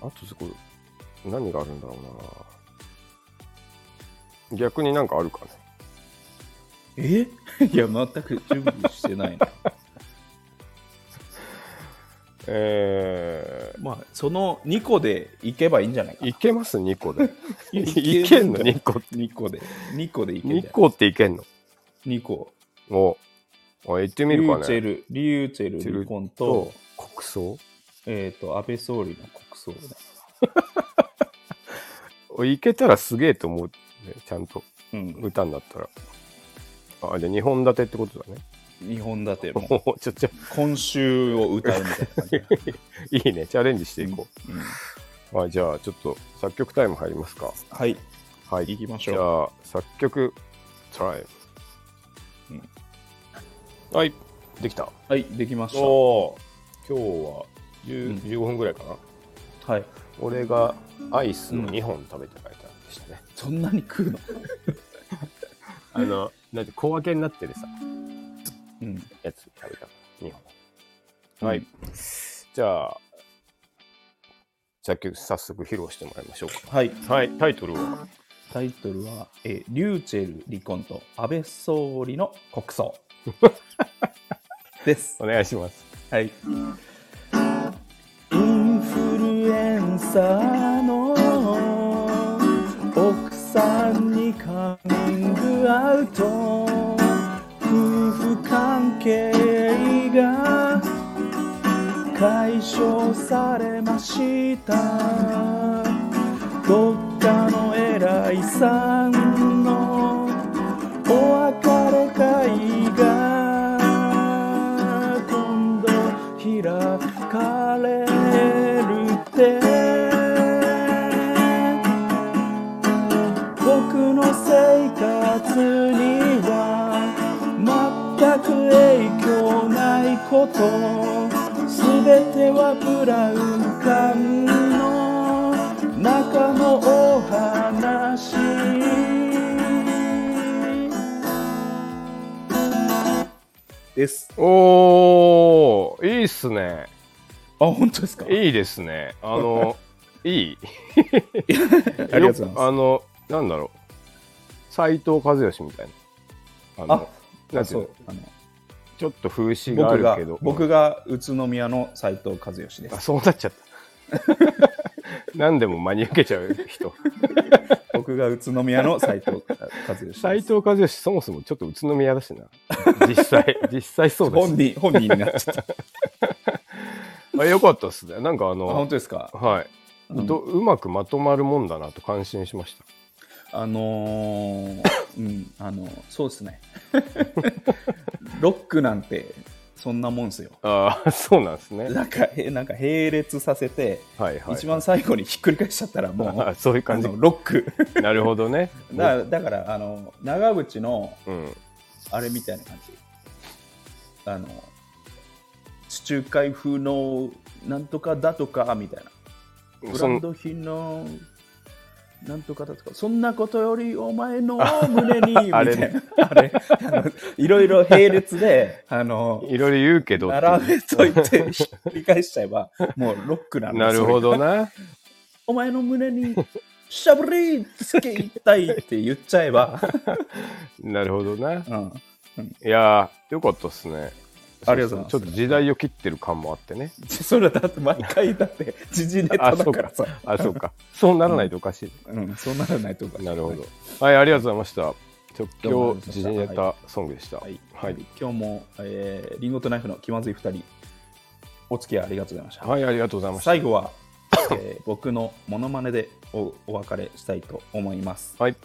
[SPEAKER 2] ー、あとそこ、何があるんだろうな逆になんかあるかね。
[SPEAKER 1] え いや、全く準備してないな。
[SPEAKER 2] え
[SPEAKER 1] まあ、その2個でいけばいいんじゃないか
[SPEAKER 2] ー、
[SPEAKER 1] な。
[SPEAKER 2] いけます ?2 個 で。
[SPEAKER 1] い
[SPEAKER 2] いけんの ?2 個。
[SPEAKER 1] 2個で。2個でいける。
[SPEAKER 2] 2個っていけんの
[SPEAKER 1] 2個。
[SPEAKER 2] お、お行ってみるか
[SPEAKER 1] リューチェ
[SPEAKER 2] ね。
[SPEAKER 1] ル、リューチェル、離婚と、
[SPEAKER 2] 国葬
[SPEAKER 1] えっ、と、安倍総理の国葬ね。
[SPEAKER 2] おいけたらすげえと思う、ね、ちゃんと。
[SPEAKER 1] うん。
[SPEAKER 2] 歌になったら。あ、じゃあ2本立てってことだね。
[SPEAKER 1] 2本立てもう。
[SPEAKER 2] おちょ、ちょ、
[SPEAKER 1] 今週を歌うみたいな感じだね。
[SPEAKER 2] いいね。チャレンジしていこ
[SPEAKER 1] うん
[SPEAKER 2] う。はい、じゃあちょっと作曲タイム入りますか。
[SPEAKER 1] はい、
[SPEAKER 2] はい。
[SPEAKER 1] 行きまし
[SPEAKER 2] じ
[SPEAKER 1] ょう。
[SPEAKER 2] ゃあ作曲タイ
[SPEAKER 1] う
[SPEAKER 2] ム
[SPEAKER 1] ん。
[SPEAKER 2] はい、できた。
[SPEAKER 1] はい、できまし
[SPEAKER 3] おー今日は10
[SPEAKER 1] うん
[SPEAKER 3] 15分ぐらいかな。
[SPEAKER 1] た。はい。
[SPEAKER 2] 俺が、
[SPEAKER 3] アイスの2本食べて帰ったんでしたね。
[SPEAKER 1] そんなに食うの
[SPEAKER 3] あの、なんて小分けになってるさ、
[SPEAKER 1] うん。
[SPEAKER 3] やつ食べた。2
[SPEAKER 1] うん
[SPEAKER 3] 本。はい。じゃあ、作曲早速披露してもらいましょう
[SPEAKER 1] はい。
[SPEAKER 3] か。はい、タイトルは
[SPEAKER 1] タイトルは、えーリューチェル離婚と安倍総理の国葬です。
[SPEAKER 3] お願いします。
[SPEAKER 1] はい。インフルエンサーの奥さんにカミングアウト夫婦関係が解消されましたどっかの偉いさんのお別れ会が今度開かれるって僕の生活には全く影響ないこと全てはブラウン管の中のお話です。
[SPEAKER 2] おー、いいっすね。
[SPEAKER 1] あ、本当ですか
[SPEAKER 2] いいですね。あの、いい。
[SPEAKER 1] ありがとうございます
[SPEAKER 2] あの、なんだろう。斎藤和義みたいな。あの、
[SPEAKER 1] あ
[SPEAKER 2] なんていうの
[SPEAKER 1] そうあの
[SPEAKER 2] ちょっと風刺があ
[SPEAKER 1] 僕
[SPEAKER 2] る
[SPEAKER 1] が
[SPEAKER 2] けど。
[SPEAKER 1] 僕が宇都宮の斉藤和義で
[SPEAKER 2] あ
[SPEAKER 1] す。
[SPEAKER 2] そうなっちゃった。 何でも真に受けちゃう人。
[SPEAKER 1] 僕が宇都宮の斉藤和義です。
[SPEAKER 2] 斎藤和義、そもそもちょっと宇都宮だしな。 実際、実際そうだ
[SPEAKER 1] 本
[SPEAKER 2] し。
[SPEAKER 1] 人本人になっちゃった。
[SPEAKER 2] あよかったっすね。なんかあ
[SPEAKER 1] あ
[SPEAKER 2] の
[SPEAKER 1] 本、当ですか。
[SPEAKER 2] はい。
[SPEAKER 1] うん
[SPEAKER 2] どうまくまとまるもんだなと感心しました。
[SPEAKER 1] あの ー、うんあのそうですね。ロックなんてそんなもんですよ。
[SPEAKER 2] ああ、 そうなんですね。
[SPEAKER 1] なんかへなんか並列させて、
[SPEAKER 2] はいはい。
[SPEAKER 1] 一番最後にひっくり返しちゃったらもう
[SPEAKER 2] あ そういう
[SPEAKER 1] あ
[SPEAKER 2] 感じ
[SPEAKER 1] の。ロッ ク。
[SPEAKER 2] なるほど ね。
[SPEAKER 1] だだからあの長渕の
[SPEAKER 2] うん。
[SPEAKER 1] あれみたいな感じ。あの、地中海風のなんとかだとかみたいな。ブラ
[SPEAKER 2] そ
[SPEAKER 1] ン
[SPEAKER 2] の
[SPEAKER 1] ド品のなんとかだとか、そんなことよりお前の胸に、みた
[SPEAKER 2] あ
[SPEAKER 1] い
[SPEAKER 2] れ
[SPEAKER 1] な。あれ、あのいろいろ並列で、 あの、
[SPEAKER 2] いろいろ言うけどっていう
[SPEAKER 1] 並べといてひっくり返しちゃえ ば、もうロックなんだ
[SPEAKER 2] なるほ。
[SPEAKER 1] それ
[SPEAKER 2] どな。
[SPEAKER 1] お前の胸に、しゃぶりつけたいって言っちゃ えば、
[SPEAKER 2] なるほどな。
[SPEAKER 1] うん、
[SPEAKER 2] いやー、よかったっすね。
[SPEAKER 1] ありがとうございます
[SPEAKER 2] ちょっと時代を切ってる感もあってね。
[SPEAKER 1] それだって毎回だって時事ネタだからさ
[SPEAKER 2] あ、そうか。そうならないとおかしい。
[SPEAKER 1] うん、そうならないとか
[SPEAKER 2] なるほど。はい、ありがとうございました。直
[SPEAKER 1] どうもあ
[SPEAKER 2] 響
[SPEAKER 1] りがとうございまし
[SPEAKER 2] 時事
[SPEAKER 1] た
[SPEAKER 2] ネタソングでした。は
[SPEAKER 1] はいい、。はい、今日も、えーリンゴとナイフの気まずい2人お付き合いありがとうございました、
[SPEAKER 2] はい、ありがとうございました。
[SPEAKER 1] 最後は、えー僕のモノマネでおお別れしたいと思います、
[SPEAKER 2] はい。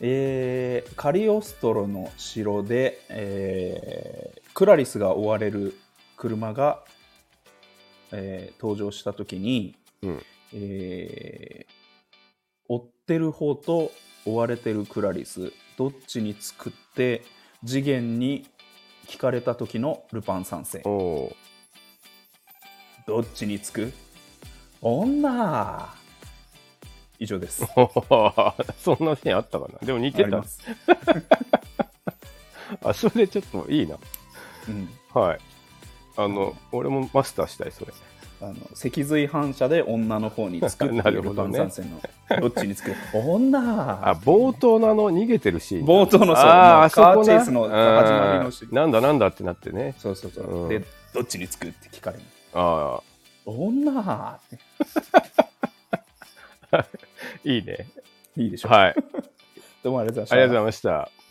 [SPEAKER 1] えーカリオストロの城で、えークラリスが追われる車が、えー登場した時に、
[SPEAKER 2] うん
[SPEAKER 1] えー追ってる方と追われてるクラリスどっちにつくって次元に聞かれた時のルパン三世
[SPEAKER 2] おお。
[SPEAKER 1] どっちにつく女以上 で
[SPEAKER 2] そ
[SPEAKER 1] す。
[SPEAKER 2] んなシーンあ ったかなでも似て
[SPEAKER 1] あり
[SPEAKER 2] た
[SPEAKER 1] ます。
[SPEAKER 2] あそれちょっといいな
[SPEAKER 1] うん
[SPEAKER 2] はいあの俺もマスターしたいそれ
[SPEAKER 1] あの脊髄反射で女の方につくっ て
[SPEAKER 2] ないる
[SPEAKER 1] う
[SPEAKER 2] ほ
[SPEAKER 1] ル
[SPEAKER 2] ど
[SPEAKER 1] パン
[SPEAKER 2] ね
[SPEAKER 1] 三世のどっちにつく女
[SPEAKER 2] あ冒頭のあの逃げてるシーン
[SPEAKER 1] 冒頭のそう
[SPEAKER 2] あー
[SPEAKER 1] も
[SPEAKER 2] あ
[SPEAKER 1] う
[SPEAKER 2] そこ
[SPEAKER 1] カ
[SPEAKER 2] な
[SPEAKER 1] ーチェイスの始まりのシー
[SPEAKER 2] う
[SPEAKER 1] ン
[SPEAKER 2] んなんだなんだってなってね
[SPEAKER 1] そうそうそう、
[SPEAKER 2] うん
[SPEAKER 1] でどっちにつくって聞かれる
[SPEAKER 2] あ
[SPEAKER 1] 女って
[SPEAKER 2] あいいね
[SPEAKER 1] いいでしょ、
[SPEAKER 2] はい
[SPEAKER 1] どうもありがとうございまし
[SPEAKER 2] あ
[SPEAKER 1] た
[SPEAKER 2] りがとうございました